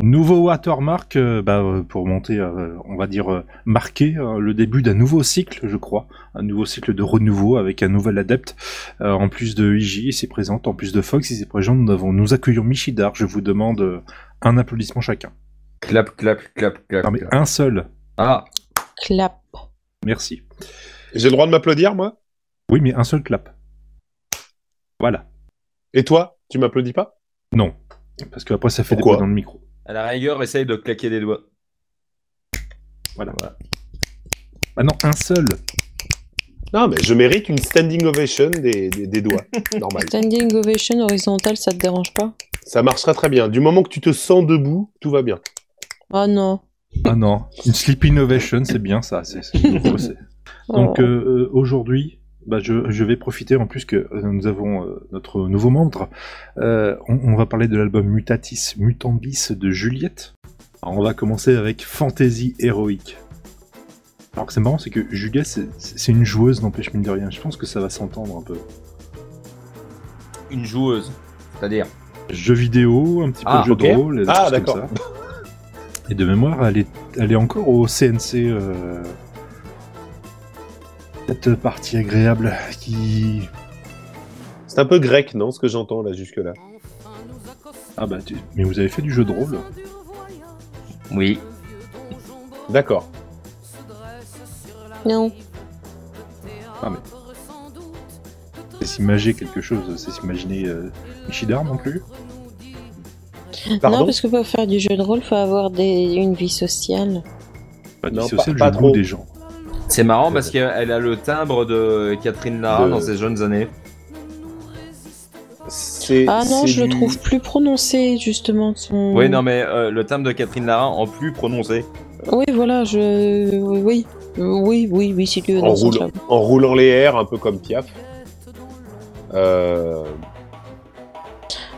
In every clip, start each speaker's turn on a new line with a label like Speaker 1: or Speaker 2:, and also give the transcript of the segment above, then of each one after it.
Speaker 1: nouveau watermark euh, bah, euh, pour monter, euh, on va dire, euh, marquer euh, le début d'un nouveau cycle, je crois. Un nouveau cycle de renouveau avec un nouvel adepte. Euh, en plus de IJ, s'y présente. En plus de Fox, s'y présente. Nous, avons, nous accueillons Michidar. Je vous demande euh, un applaudissement chacun.
Speaker 2: Clap, clap, clap, clap.
Speaker 1: Non, mais
Speaker 2: clap.
Speaker 1: un seul.
Speaker 2: Ah,
Speaker 3: Clap.
Speaker 1: Merci.
Speaker 4: J'ai le droit de m'applaudir, moi
Speaker 1: Oui, mais un seul clap. Voilà.
Speaker 4: Et toi, tu m'applaudis pas
Speaker 1: Non. Parce que après, ça fait
Speaker 4: Pourquoi
Speaker 1: des bruits dans le micro.
Speaker 2: à la rigueur, essaye de claquer des doigts.
Speaker 1: Voilà. Ah non, un seul.
Speaker 4: Non, mais je mérite une standing ovation des, des- des doigts. Normal.
Speaker 3: Standing ovation horizontale, ça te dérange pas
Speaker 4: Ça marchera très bien. Du moment que tu te sens debout, tout va bien.
Speaker 3: Oh non.
Speaker 1: Ah non, une sleep innovation, c'est bien ça. c'est- c'est nouveau, c'est- Donc
Speaker 3: Oh.
Speaker 1: euh, euh, aujourd'hui, bah, je, je vais profiter en plus que euh, nous avons euh, notre nouveau membre. Euh, on, on va parler de l'album Mutatis Mutandis de Juliette. Alors, on va commencer avec Fantasy héroïque. Alors que c'est marrant, c'est que Juliette, c'est- c'est c'est une joueuse, n'empêche mine de rien. Je pense que ça va s'entendre un peu.
Speaker 2: Une joueuse. C'est-à-dire.
Speaker 1: Jeux vidéo, un petit peu
Speaker 2: Ah,
Speaker 1: jeu
Speaker 4: ok.
Speaker 1: de rôle, et des
Speaker 4: Ah,
Speaker 1: choses comme
Speaker 4: d'accord.
Speaker 1: ça. Et de mémoire, elle est, elle est encore au CNC. euh, Cette partie agréable qui
Speaker 4: C'est un peu grec, non, ce que j'entends là jusque-là.
Speaker 1: Ah bah tu- mais vous avez fait du jeu de rôle
Speaker 2: Oui.
Speaker 4: D'accord.
Speaker 3: Non.
Speaker 1: Ah mais c'est s'imager quelque chose, c'est s'imaginer euh, Ishidar non plus
Speaker 4: Pardon
Speaker 3: Non, parce que pour faire du jeu de rôle, faut avoir des... une vie sociale.
Speaker 1: Pas de
Speaker 4: Bah, Non,
Speaker 1: vie
Speaker 4: pas-
Speaker 1: sociale,
Speaker 4: pas
Speaker 1: je
Speaker 4: trop.
Speaker 1: loue des gens.
Speaker 2: C'est marrant parce qu'elle a le timbre de Catherine Lara
Speaker 4: De-
Speaker 2: dans ses jeunes années.
Speaker 4: C'est-
Speaker 3: Ah non,
Speaker 4: c'est
Speaker 3: je le
Speaker 4: du-
Speaker 3: trouve plus prononcé, justement. Son...
Speaker 2: Oui, non, mais euh, le timbre de Catherine Lara en plus prononcé.
Speaker 3: Oui, voilà, je. Oui. Oui, oui, oui, c'est que
Speaker 4: En
Speaker 3: dans ce
Speaker 4: roulant,
Speaker 3: sens-là.
Speaker 4: en roulant les airs, un peu comme Piaf. Euh,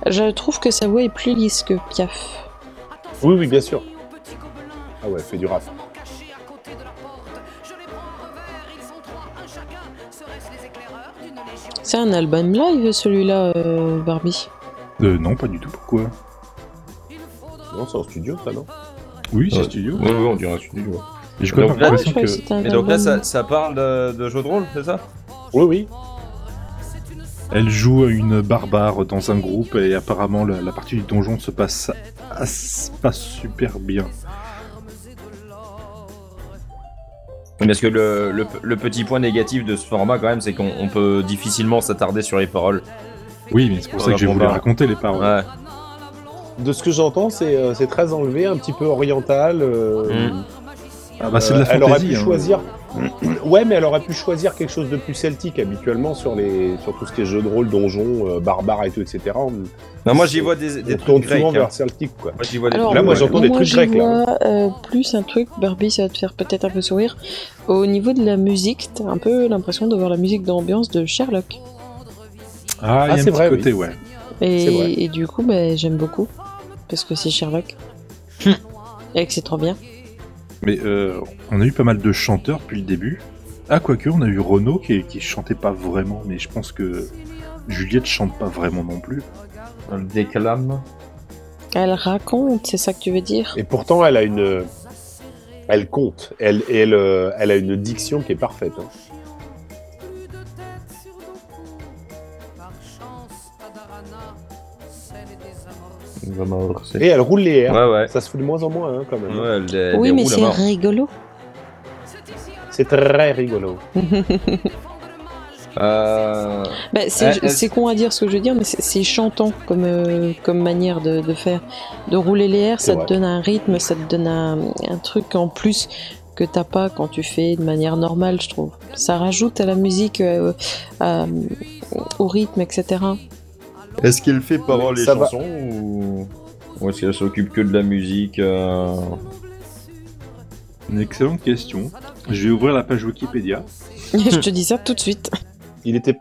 Speaker 3: Je trouve que sa voix est plus lisse que Piaf.
Speaker 4: Oui, oui, bien sûr. Ah ouais, fait du rap.
Speaker 3: C'est un album live, celui-là, euh, Barbie.
Speaker 1: Euh, non, pas du tout, pourquoi
Speaker 4: Non, c'est en studio, ça, non
Speaker 1: Oui, c'est
Speaker 2: Ouais.
Speaker 1: studio.
Speaker 2: Oui, oui, on dirait un studio.
Speaker 1: Et Je connais
Speaker 2: Donc
Speaker 1: pas
Speaker 2: là,
Speaker 3: Ah,
Speaker 1: le
Speaker 3: je
Speaker 1: principe
Speaker 3: croyais que
Speaker 1: que...
Speaker 3: c'était un
Speaker 2: Et donc là,
Speaker 3: album.
Speaker 2: ça, ça parle de, de jeu de rôle, c'est ça
Speaker 4: Oui, oui.
Speaker 1: Elle joue une barbare dans un groupe et apparemment la, la partie du donjon se passe à- se passe super bien.
Speaker 2: Parce que le, le- le petit point négatif de ce format, quand même, c'est qu'on on peut difficilement s'attarder sur les paroles.
Speaker 1: Oui, mais c'est pour ça que j'ai voulu raconter les
Speaker 4: Ah
Speaker 1: paroles.
Speaker 2: Ouais.
Speaker 4: De ce que j'entends, c'est euh, c'est très enlevé, un petit peu oriental. euh,
Speaker 2: Mm.
Speaker 1: Ah bah c'est de la
Speaker 4: Euh, elle aurait
Speaker 1: fantaisie.
Speaker 4: pu
Speaker 1: hein.
Speaker 4: choisir. Ouais, mais elle aurait pu choisir quelque chose de plus celtique habituellement sur les sur tout ce qui est jeu de rôle, donjon, euh, barbare et tout, etc. On,
Speaker 2: Non, moi, j'y vois des, des
Speaker 4: on
Speaker 2: trucs
Speaker 4: tourne
Speaker 2: grecs.
Speaker 4: souvent
Speaker 2: hein.
Speaker 4: vers celtique, quoi.
Speaker 2: Moi, j'y vois des
Speaker 3: Alors,
Speaker 2: trucs
Speaker 4: Là, moi,
Speaker 2: grecs.
Speaker 4: j'entends des trucs
Speaker 3: j'y
Speaker 4: grecs, là.
Speaker 3: vois, euh, plus un truc, Barbie, ça va te faire peut-être un peu sourire. Au niveau de la musique, t'as un peu l'impression de voir la musique d'ambiance de Sherlock.
Speaker 1: Ah, il y a
Speaker 4: Ah,
Speaker 1: un
Speaker 4: c'est
Speaker 1: petit
Speaker 4: vrai, oui.
Speaker 1: côté, ouais.
Speaker 4: C'est vrai.
Speaker 3: Et, et du coup, bah, j'aime beaucoup. Parce que c'est Sherlock. Hum. Et que c'est trop bien.
Speaker 1: Mais euh, on a eu pas mal de chanteurs depuis le début. Ah, quoique, on a eu Renaud qui, qui chantait pas vraiment, mais je pense que Juliette chante pas vraiment non plus.
Speaker 2: On le déclame.
Speaker 3: Elle raconte, c'est ça que tu veux dire
Speaker 4: Et pourtant, elle a une, euh, elle compte, elle et elle, euh, elle a une diction qui est parfaite. hein. Et
Speaker 2: Ouais,
Speaker 4: elle roule les airs.
Speaker 2: ouais.
Speaker 4: Ça se fout de moins en moins hein, quand même.
Speaker 2: Ouais, elle dé-
Speaker 3: Oui, mais
Speaker 2: déroule à
Speaker 3: c'est
Speaker 2: mort.
Speaker 3: rigolo.
Speaker 4: C'est très rigolo.
Speaker 2: Euh,
Speaker 3: Bah,
Speaker 4: Eh,
Speaker 3: c'est
Speaker 2: Euh, euh,
Speaker 3: c'est con à dire ce que je veux dire, mais c'est c'est chantant comme, euh, comme manière de, de faire. De rouler les airs,
Speaker 4: C'est
Speaker 3: ça
Speaker 4: vrai.
Speaker 3: te donne un rythme, ça te donne un, un truc en plus que t'as pas quand tu fais de manière normale, je trouve. Ça rajoute à la musique, euh, à- au rythme, etc.
Speaker 2: Est-ce qu'elle fait parole et
Speaker 4: Ça va.
Speaker 2: chansons ou... ou est-ce qu'elle s'occupe que de la musique euh,
Speaker 1: Une excellente question. Je vais ouvrir la page Wikipédia.
Speaker 3: je te dis ça tout de suite.
Speaker 4: Il était,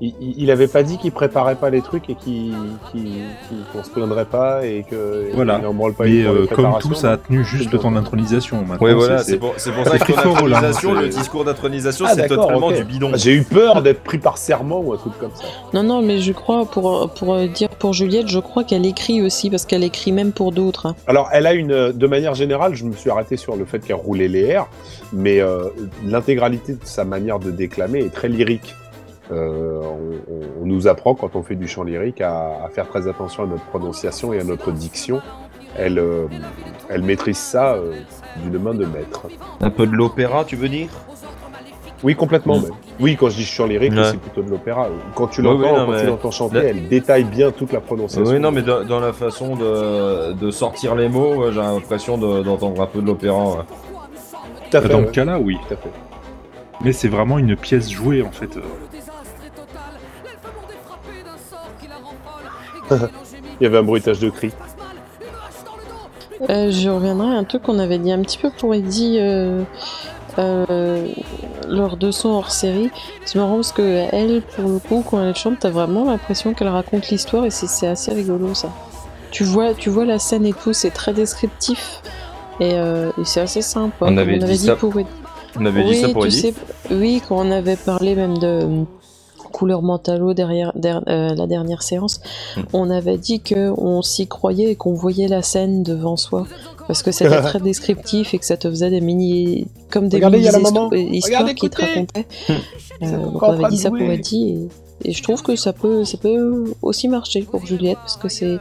Speaker 4: il, il- il avait pas dit qu'il préparait pas les trucs et qu'il qu'il- qu'il- qu'on se plaindrait pas et que et
Speaker 1: Voilà.
Speaker 4: qu'il n'en branle pas
Speaker 1: Mais
Speaker 4: une pour les
Speaker 1: euh, comme
Speaker 4: préparations,
Speaker 1: tout, ça a tenu juste le temps de l'intronisation. Maintenant,
Speaker 2: Ouais, voilà,
Speaker 1: c'est-
Speaker 2: c'est pour, c'est pour ça
Speaker 1: c'est
Speaker 2: que ton
Speaker 1: fort, là,
Speaker 2: intronisation,
Speaker 1: c'est-
Speaker 2: le discours d'intronisation,
Speaker 4: Ah,
Speaker 2: c'est
Speaker 4: d'accord,
Speaker 2: totalement
Speaker 4: ok.
Speaker 2: du bidon.
Speaker 4: Ah, J'ai eu peur d'être pris par serment ou un truc comme ça.
Speaker 3: Non, non, mais je crois, pour, pour euh, dire pour Juliette, je crois qu'elle écrit aussi, parce qu'elle écrit même pour d'autres. hein.
Speaker 4: Alors, elle a une. euh, De manière générale, je me suis arrêté sur le fait qu'elle roulait les airs, mais euh, l'intégralité de sa manière de déclamer est très lyrique. Euh, on, on- on nous apprend, quand on fait du chant lyrique, à, à faire très attention à notre prononciation et à notre diction. Elle, euh, elle maîtrise ça euh, d'une main de maître.
Speaker 2: Un peu de l'opéra, tu veux dire
Speaker 4: Oui, complètement.
Speaker 2: Mm.
Speaker 4: même. Oui, quand je dis chant lyrique,
Speaker 2: Ouais.
Speaker 4: c'est plutôt de l'opéra. Quand tu
Speaker 2: Ouais, ouais, non,
Speaker 4: l'entends, quand tu
Speaker 2: mais-
Speaker 4: l'entends chanter,
Speaker 2: Là-
Speaker 4: elle détaille bien toute la prononciation.
Speaker 2: Oui, non, mais dans, dans la façon de, de sortir les mots, ouais, j'ai l'impression de- d'entendre un peu de l'opéra. ouais.
Speaker 4: Tout à fait,
Speaker 1: Dans
Speaker 4: ouais.
Speaker 1: le cas là, oui.
Speaker 4: Tout à fait.
Speaker 1: Mais c'est vraiment une pièce jouée en fait. euh,
Speaker 4: Il y avait un bruitage de cris.
Speaker 3: Euh, je reviendrai à un truc qu'on avait dit un petit peu pour Eddie euh, euh, lors de son hors série. C'est marrant parce que elle, pour le coup, quand elle chante, t'as vraiment l'impression qu'elle raconte l'histoire et c'est- c'est assez rigolo ça. Tu vois, tu vois la scène et tout, c'est très descriptif et, euh, et c'est assez sympa.
Speaker 2: On
Speaker 3: Comme
Speaker 2: avait dit ça-
Speaker 3: pour Eddie.
Speaker 2: On avait dit ça pour
Speaker 3: tu
Speaker 2: Edith.
Speaker 3: sais, oui, quand on avait parlé même de euh, couleur mentalo derrière der- euh, la dernière séance,
Speaker 2: Hmm.
Speaker 3: on avait dit que on s'y croyait et qu'on voyait la scène devant soi Oh, parce que c'était très descriptif et que ça te faisait des mini comme des
Speaker 4: Regardez, il y a la
Speaker 3: mini-histo-
Speaker 4: maman.
Speaker 3: euh, histoires
Speaker 4: Regardez,
Speaker 3: qui te
Speaker 4: écoutez.
Speaker 3: racontaient. Euh,
Speaker 4: sont
Speaker 3: donc
Speaker 4: encore
Speaker 3: on
Speaker 4: en train
Speaker 3: avait dit
Speaker 4: de
Speaker 3: ça pour
Speaker 4: jouer.
Speaker 3: Eddie et, et je trouve que ça peut ça peut aussi marcher pour Juliette parce que c'est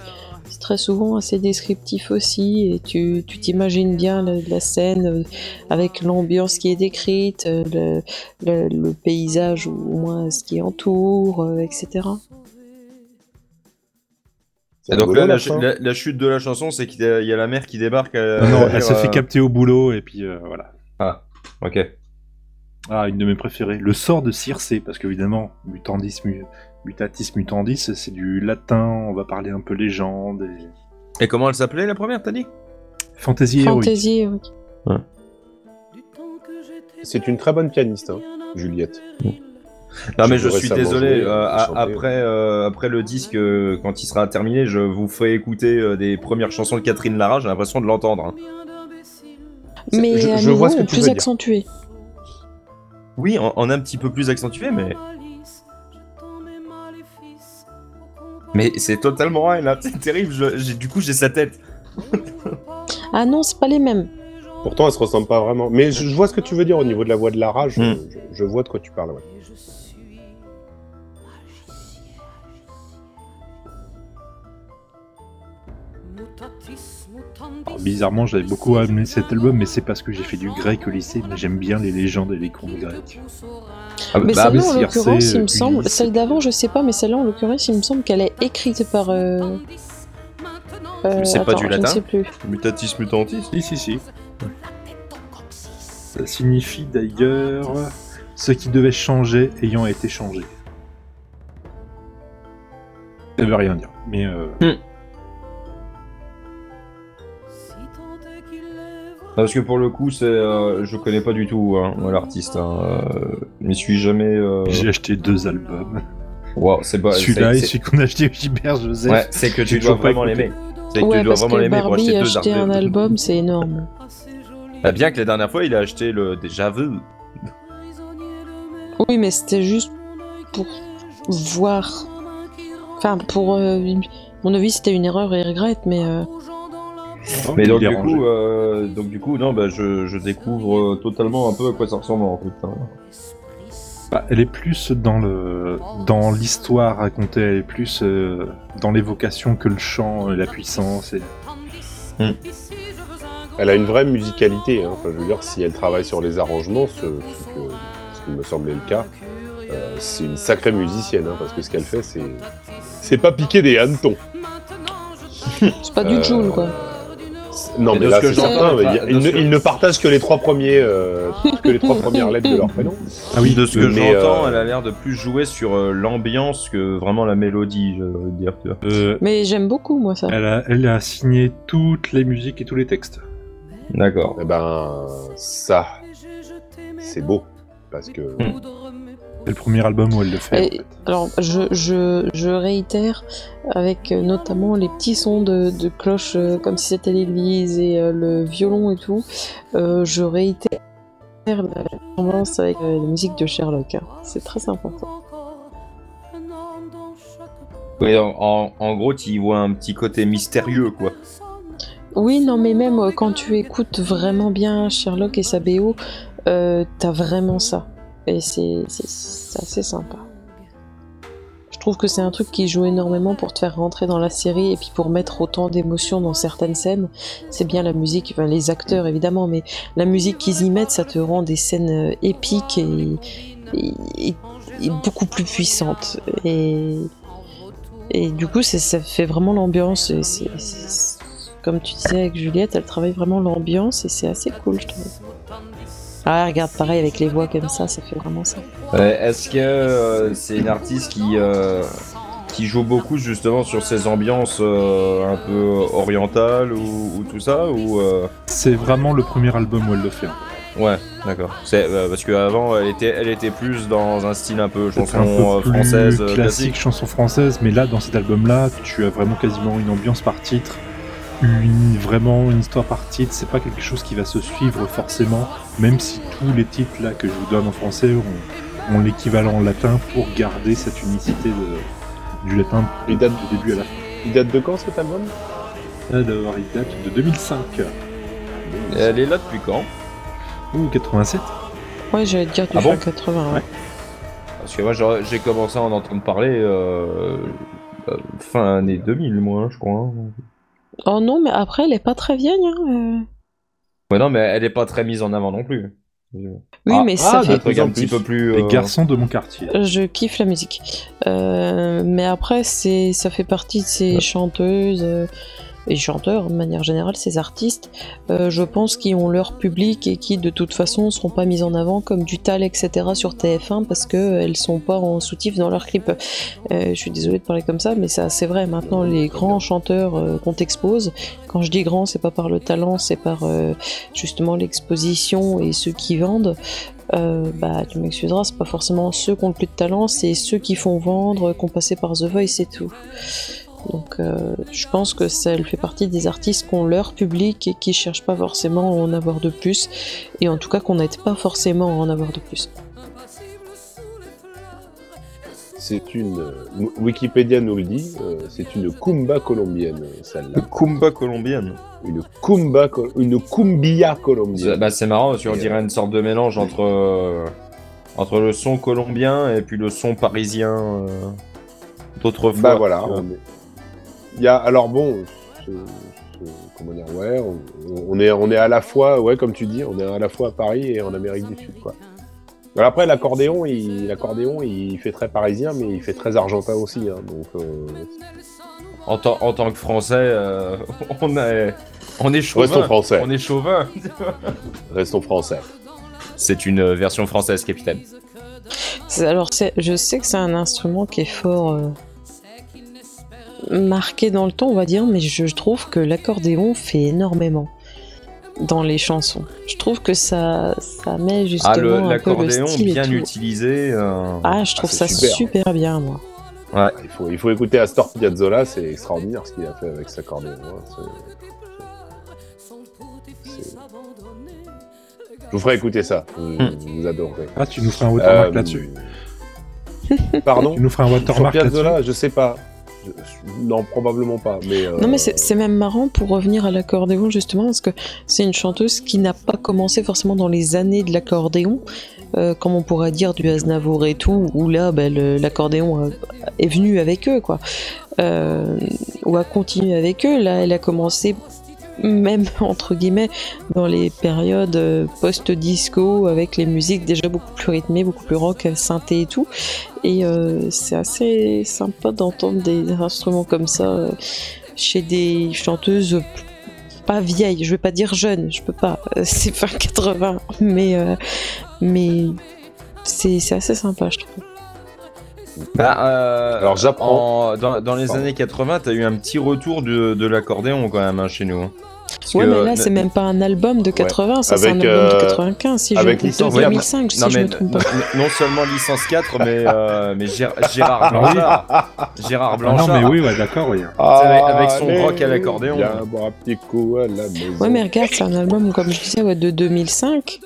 Speaker 3: c'est très souvent assez descriptif aussi et tu tu t'imagines bien la, la scène euh, avec l'ambiance qui est décrite, euh, le, le- le paysage ou au moins ce qui entoure, euh, etc.
Speaker 4: C'est
Speaker 2: Et donc
Speaker 4: rigolo,
Speaker 2: là, la,
Speaker 4: la fin.
Speaker 2: la- la chute de la chanson, c'est qu'il y a il y a la mère qui débarque. euh,
Speaker 1: non,
Speaker 2: euh,
Speaker 1: elle se fait capter au boulot et puis euh, voilà.
Speaker 2: Ah, ok.
Speaker 1: Ah, une de mes préférées, le sort de Circé, parce qu'évidemment, mutandis, mu- mutatis mutandis, c'est du latin, on va parler un peu légende et
Speaker 2: Et comment elle s'appelait la première, t'as dit
Speaker 1: fantaisie héroïque.
Speaker 3: Fantaisie, oui.
Speaker 4: C'est une très bonne pianiste, hein, Juliette.
Speaker 2: Non, mais
Speaker 4: J'ai
Speaker 2: je
Speaker 4: vu
Speaker 2: suis
Speaker 4: récemment
Speaker 2: désolé.
Speaker 4: jouer,
Speaker 2: euh,
Speaker 4: j'ai
Speaker 2: a-
Speaker 4: chanté.
Speaker 2: après, euh, après le disque, euh, quand il sera terminé, je vous ferai écouter euh, des premières chansons de Catherine Lara. J'ai l'impression de l'entendre. hein.
Speaker 4: C'est-
Speaker 3: Mais
Speaker 4: je-
Speaker 3: à
Speaker 4: je
Speaker 3: nouveau,
Speaker 4: vois ce que tu
Speaker 3: plus
Speaker 4: veux dire.
Speaker 3: accentué.
Speaker 2: Oui, en, en un petit peu plus accentué, mais mais c'est totalement elle. là. C'est terrible. je- j'ai- du coup, j'ai sa tête.
Speaker 3: Ah non, c'est pas les mêmes.
Speaker 4: Pourtant, elle se ressemble pas vraiment. Mais je, je vois ce que tu veux dire au niveau de la voix de Lara. Je,
Speaker 2: Mm.
Speaker 4: je- je vois de quoi tu parles. ouais.
Speaker 1: Alors, bizarrement, j'avais beaucoup aimé cet album, mais c'est parce que j'ai fait du grec au lycée, mais j'aime bien les légendes et les contes grecs.
Speaker 2: Ah,
Speaker 3: Mais
Speaker 2: bah,
Speaker 3: celle-là,
Speaker 1: mais
Speaker 3: en
Speaker 1: Circé,
Speaker 3: l'occurrence, il me
Speaker 5: euh,
Speaker 1: Ulysse,
Speaker 3: semble, celle
Speaker 1: etc.
Speaker 3: d'avant, je sais pas, mais celle-là, en l'occurrence, il me semble qu'elle est écrite par. euh, euh,
Speaker 2: c'est pas
Speaker 3: attends,
Speaker 2: du
Speaker 3: Je ne
Speaker 2: latin
Speaker 3: sais plus.
Speaker 2: Mutatis mutantis.
Speaker 1: Si, si, si. Ça signifie d'ailleurs ce qui devait changer ayant été changé. Ça veut rien dire, mais euh,
Speaker 2: Ah, Parce que pour le coup, c'est, euh, je connais pas du tout hein, moi, l'artiste. hein, euh, Je m'y suis jamais. euh,
Speaker 1: j'ai acheté deux albums.
Speaker 2: Wow, c'est pas.
Speaker 1: celui-là et
Speaker 2: c'est- c'est-
Speaker 1: celui qu'on a acheté au Gilbert Joseph.
Speaker 2: Ouais, c'est que
Speaker 1: J'ai
Speaker 2: tu dois
Speaker 1: toujours pas
Speaker 2: vraiment
Speaker 1: écouté.
Speaker 2: l'aimer. C'est que
Speaker 3: Ouais,
Speaker 2: tu dois
Speaker 3: parce
Speaker 2: vraiment
Speaker 3: que
Speaker 2: l'aimer pour
Speaker 3: Barbie
Speaker 2: acheter
Speaker 3: a
Speaker 2: deux
Speaker 3: acheté un
Speaker 2: albums.
Speaker 3: album, c'est énorme.
Speaker 2: Bah, bien que la dernière fois, il a acheté le déjà vu.
Speaker 3: Oui, mais c'était juste pour voir. Enfin, pour. euh, mon avis, c'était une erreur et regrette, mais. euh,
Speaker 1: Oh,
Speaker 2: Mais
Speaker 1: il
Speaker 2: donc
Speaker 1: est
Speaker 2: du,
Speaker 1: rangé.
Speaker 2: coup, euh, donc du coup, non, bah, je, je découvre euh, totalement un peu à quoi ça ressemble en fait. hein.
Speaker 1: Bah, elle est plus dans le dans l'histoire racontée, elle est plus euh, dans l'évocation que le chant, et la puissance. Et...
Speaker 4: Hmm. Elle a une vraie musicalité. hein. Enfin, je veux dire, si elle travaille sur les arrangements, ce, ce que- ce qui me semblait le cas, euh, c'est une sacrée musicienne. hein, parce que ce qu'elle fait, c'est. C'est pas piquer des hannetons.
Speaker 3: C'est pas du
Speaker 4: Euh,
Speaker 3: Joule, quoi.
Speaker 4: c'est- Non,
Speaker 2: Mais
Speaker 4: mais,
Speaker 2: de
Speaker 4: là,
Speaker 2: ce que
Speaker 4: c'est
Speaker 2: j'entends,
Speaker 4: certain.
Speaker 2: de
Speaker 4: mais
Speaker 2: ce
Speaker 4: il- Ils, ne-
Speaker 2: que-
Speaker 4: ils ne partagent que les trois premiers, euh, que les trois premières lettres de leur prénom.
Speaker 1: Ah oui,
Speaker 2: de ce que
Speaker 4: mais,
Speaker 2: j'entends,
Speaker 4: euh,
Speaker 2: elle a l'air de plus jouer sur euh, l'ambiance que vraiment la mélodie, je veux dire. Tu vois.
Speaker 1: Euh,
Speaker 3: Mais j'aime beaucoup, moi, ça.
Speaker 1: elle, a, elle a signé toutes les musiques et tous les textes.
Speaker 2: D'accord.
Speaker 4: Eh ben, ça, c'est beau. Parce que
Speaker 2: Mm.
Speaker 1: C'est le premier album où elle le fait.
Speaker 3: Hmm. Et- Alors, je, je, je réitère avec euh, notamment les petits sons de, de cloche euh, comme si c'était l'église et euh, le violon et tout. Euh, je réitère la ressemblance avec euh, la musique de Sherlock. hein. C'est très important.
Speaker 2: Oui, en, en- en gros, tu y vois un petit côté mystérieux, quoi.
Speaker 3: Oui, non, mais même euh, quand tu écoutes vraiment bien Sherlock et sa BO, euh, t'as vraiment ça. Et c'est c'est- c'est assez sympa. Je trouve que c'est un truc qui joue énormément pour te faire rentrer dans la série et puis pour mettre autant d'émotions dans certaines scènes. C'est bien la musique, enfin les acteurs évidemment, mais la musique qu'ils y mettent, ça te rend des scènes euh, épiques et, et- et- et beaucoup plus puissantes. Et, et du coup, c'est- ça fait vraiment l'ambiance. et c'est- c'est- Comme tu disais avec Juliette, elle travaille vraiment l'ambiance et c'est assez cool, je trouve. Ah, regarde, pareil avec les voix comme ça, ça fait vraiment ça.
Speaker 2: Euh, Est-ce que euh, c'est une artiste qui, euh, qui joue beaucoup justement sur ces ambiances euh, un peu orientales ou, ou tout ça ou euh,
Speaker 1: C'est vraiment le premier album où elle le fait. hein.
Speaker 2: Ouais, d'accord. C'est euh, parce qu'avant elle était elle était plus dans un style un peu
Speaker 1: Peut-être
Speaker 2: chanson
Speaker 1: un peu
Speaker 2: euh,
Speaker 1: plus
Speaker 2: française euh,
Speaker 1: classique,
Speaker 2: classique.
Speaker 1: chanson française, mais là, dans cet album-là, tu as vraiment quasiment une ambiance par titre, une, vraiment une histoire par titre. C'est pas quelque chose qui va se suivre forcément, même si tous les titres là que je vous donne en français ont, ont l'équivalent en latin pour garder cette unicité de- du latin
Speaker 4: Il date-
Speaker 1: du début à la fin.
Speaker 4: Il date de quand cet album
Speaker 1: D'avoir il date de 2005
Speaker 2: Elle est là depuis quand
Speaker 1: ou 87.
Speaker 3: Ouais, j'allais te dire du
Speaker 2: Ah bon
Speaker 3: fin 80. ouais.
Speaker 2: Parce que moi j'aurais- j'ai commencé à en entendre parler euh, euh, fin année 2000 moi, je crois. hein.
Speaker 3: Oh non, mais après, elle est pas très vieille. Hein. euh.
Speaker 2: Ouais non, mais elle est pas très mise en avant non plus.
Speaker 3: Oui,
Speaker 2: Ah,
Speaker 3: mais
Speaker 4: ah,
Speaker 3: ça
Speaker 2: Un
Speaker 3: fait.
Speaker 4: de
Speaker 2: truc
Speaker 4: plus en
Speaker 2: un petit
Speaker 4: plus.
Speaker 2: peu plus
Speaker 1: Les
Speaker 2: euh,
Speaker 1: garçons de mon quartier.
Speaker 3: Je kiffe la musique. Euh, mais après, c'est, ça fait partie de ces
Speaker 2: Ouais.
Speaker 3: chanteuses euh, et chanteurs, de manière générale, ces artistes, euh, je pense, qui ont leur public et qui, de toute façon, ne seront pas mises en avant comme du Tal, etc. sur TF1 parce qu'elles sont pas en soutif dans leurs clips. Euh, je suis désolée de parler comme ça, mais ça, c'est vrai. Maintenant, les grands chanteurs euh, qu'on t'expose, quand je dis grand, c'est pas par le talent, c'est par euh, justement l'exposition et ceux qui vendent. Euh, bah, tu m'excuseras, c'est pas forcément ceux qui ont le plus de talent, c'est ceux qui font vendre, qui ont passé par The Voice et tout. Donc, euh, je pense que ça elle fait partie des artistes qui ont leur public et qui cherchent pas forcément à en avoir de plus, et en tout cas qu'on n'aide pas forcément à en avoir de plus.
Speaker 4: C'est une. euh, Wikipédia nous le dit, euh, c'est une Kumba colombienne, euh, celle-là.
Speaker 2: Kumba colombienne.
Speaker 4: Une Kumba, col- une Cumbia
Speaker 2: C'est-
Speaker 4: colombienne.
Speaker 2: Bah, c'est marrant parce qu'on
Speaker 4: Et, euh,
Speaker 2: dirait une sorte de mélange entre, euh, entre le son colombien et puis le son parisien euh, d'autrefois.
Speaker 4: Bah voilà.
Speaker 2: tu vois.
Speaker 4: on est- Il y a, alors bon, ce- ce- comment dire, ouais, on, on est, on est à la fois, ouais, comme tu dis, on est à la fois à Paris et en Amérique du Sud, quoi. Alors après, l'accordéon, il, l'accordéon, il fait très parisien, mais il fait très argentin aussi, hein, donc. euh,
Speaker 2: En, tant- en tant que français, euh, on est, on est
Speaker 4: Restons
Speaker 2: chauvin.
Speaker 4: français.
Speaker 2: On est chauvin.
Speaker 4: Restons français.
Speaker 2: C'est une euh, version française, capitaine.
Speaker 3: C'est- Alors, c'est- je sais que c'est un instrument qui est fort euh, marqué dans le temps, on va dire, mais je trouve que l'accordéon fait énormément dans les chansons. Je trouve que ça, ça met justement
Speaker 2: Ah, le-
Speaker 3: un peu le
Speaker 2: l'accordéon
Speaker 3: style et
Speaker 2: bien
Speaker 3: tout.
Speaker 2: utilisé. euh,
Speaker 3: Ah, je trouve
Speaker 4: Ah,
Speaker 3: ça
Speaker 4: c'est super.
Speaker 3: super. bien, moi.
Speaker 4: Il faut, il faut écouter Astor Piazzolla, c'est extraordinaire ce qu'il a fait avec cet accordéon. hein, c'est- c'est- Je vous ferai écouter ça, vous,
Speaker 2: Hmm.
Speaker 4: vous adorerez.
Speaker 1: Ah, tu nous feras un watermark
Speaker 4: Euh,
Speaker 1: là-dessus.
Speaker 4: Pardon
Speaker 1: Tu nous feras un
Speaker 4: Sur
Speaker 1: watermark là-dessus.
Speaker 4: Piazzolla, je sais pas. Je- je- non, probablement pas. Mais euh,
Speaker 3: Non, mais c'est c'est même marrant pour revenir à l'accordéon, justement, parce que c'est une chanteuse qui n'a pas commencé forcément dans les années de l'accordéon, euh, comme on pourrait dire du Aznavour et tout, où là, ben, le- l'accordéon euh, est venu avec eux, quoi. Euh, ou a continué avec eux. Là, elle a commencé, même entre guillemets, dans les périodes euh, post-disco, avec les musiques déjà beaucoup plus rythmées, beaucoup plus rock, euh, synthé et tout. Et euh, c'est assez sympa d'entendre des instruments comme ça euh, chez des chanteuses pas vieilles, je vais pas dire jeunes, je peux pas, euh, c'est fin 80, mais, euh, mais c'est c'est assez sympa, je trouve.
Speaker 2: Bah, euh,
Speaker 4: Alors, j'apprends.
Speaker 2: en- Dans, dans les
Speaker 4: Pardon.
Speaker 2: années 80, t'as eu un petit retour de, de l'accordéon quand même hein, chez nous. hein. Parce
Speaker 3: Ouais,
Speaker 2: que,
Speaker 3: mais
Speaker 2: euh,
Speaker 3: là, c'est même pas un album de 80, ça, c'est un
Speaker 4: Avec,
Speaker 3: album de
Speaker 4: euh,
Speaker 3: 95, si
Speaker 4: avec
Speaker 3: je me trompe,
Speaker 4: licence,
Speaker 3: de 2005, si
Speaker 2: non,
Speaker 3: je
Speaker 2: mais
Speaker 3: me trompe
Speaker 2: non,
Speaker 3: pas.
Speaker 2: non seulement licence 4, mais, euh, mais Gér- Gérard
Speaker 1: Ah oui.
Speaker 2: Blanchard. Gérard
Speaker 1: Ah
Speaker 2: Blanchard.
Speaker 1: non, mais oui, ouais, d'accord, oui.
Speaker 2: avec- avec son rock à l'accordéon.
Speaker 4: Ah, Il y a un bras petit coup à la maison.
Speaker 3: Ouais, mais regarde, c'est un album, comme je disais, ouais, de 2005.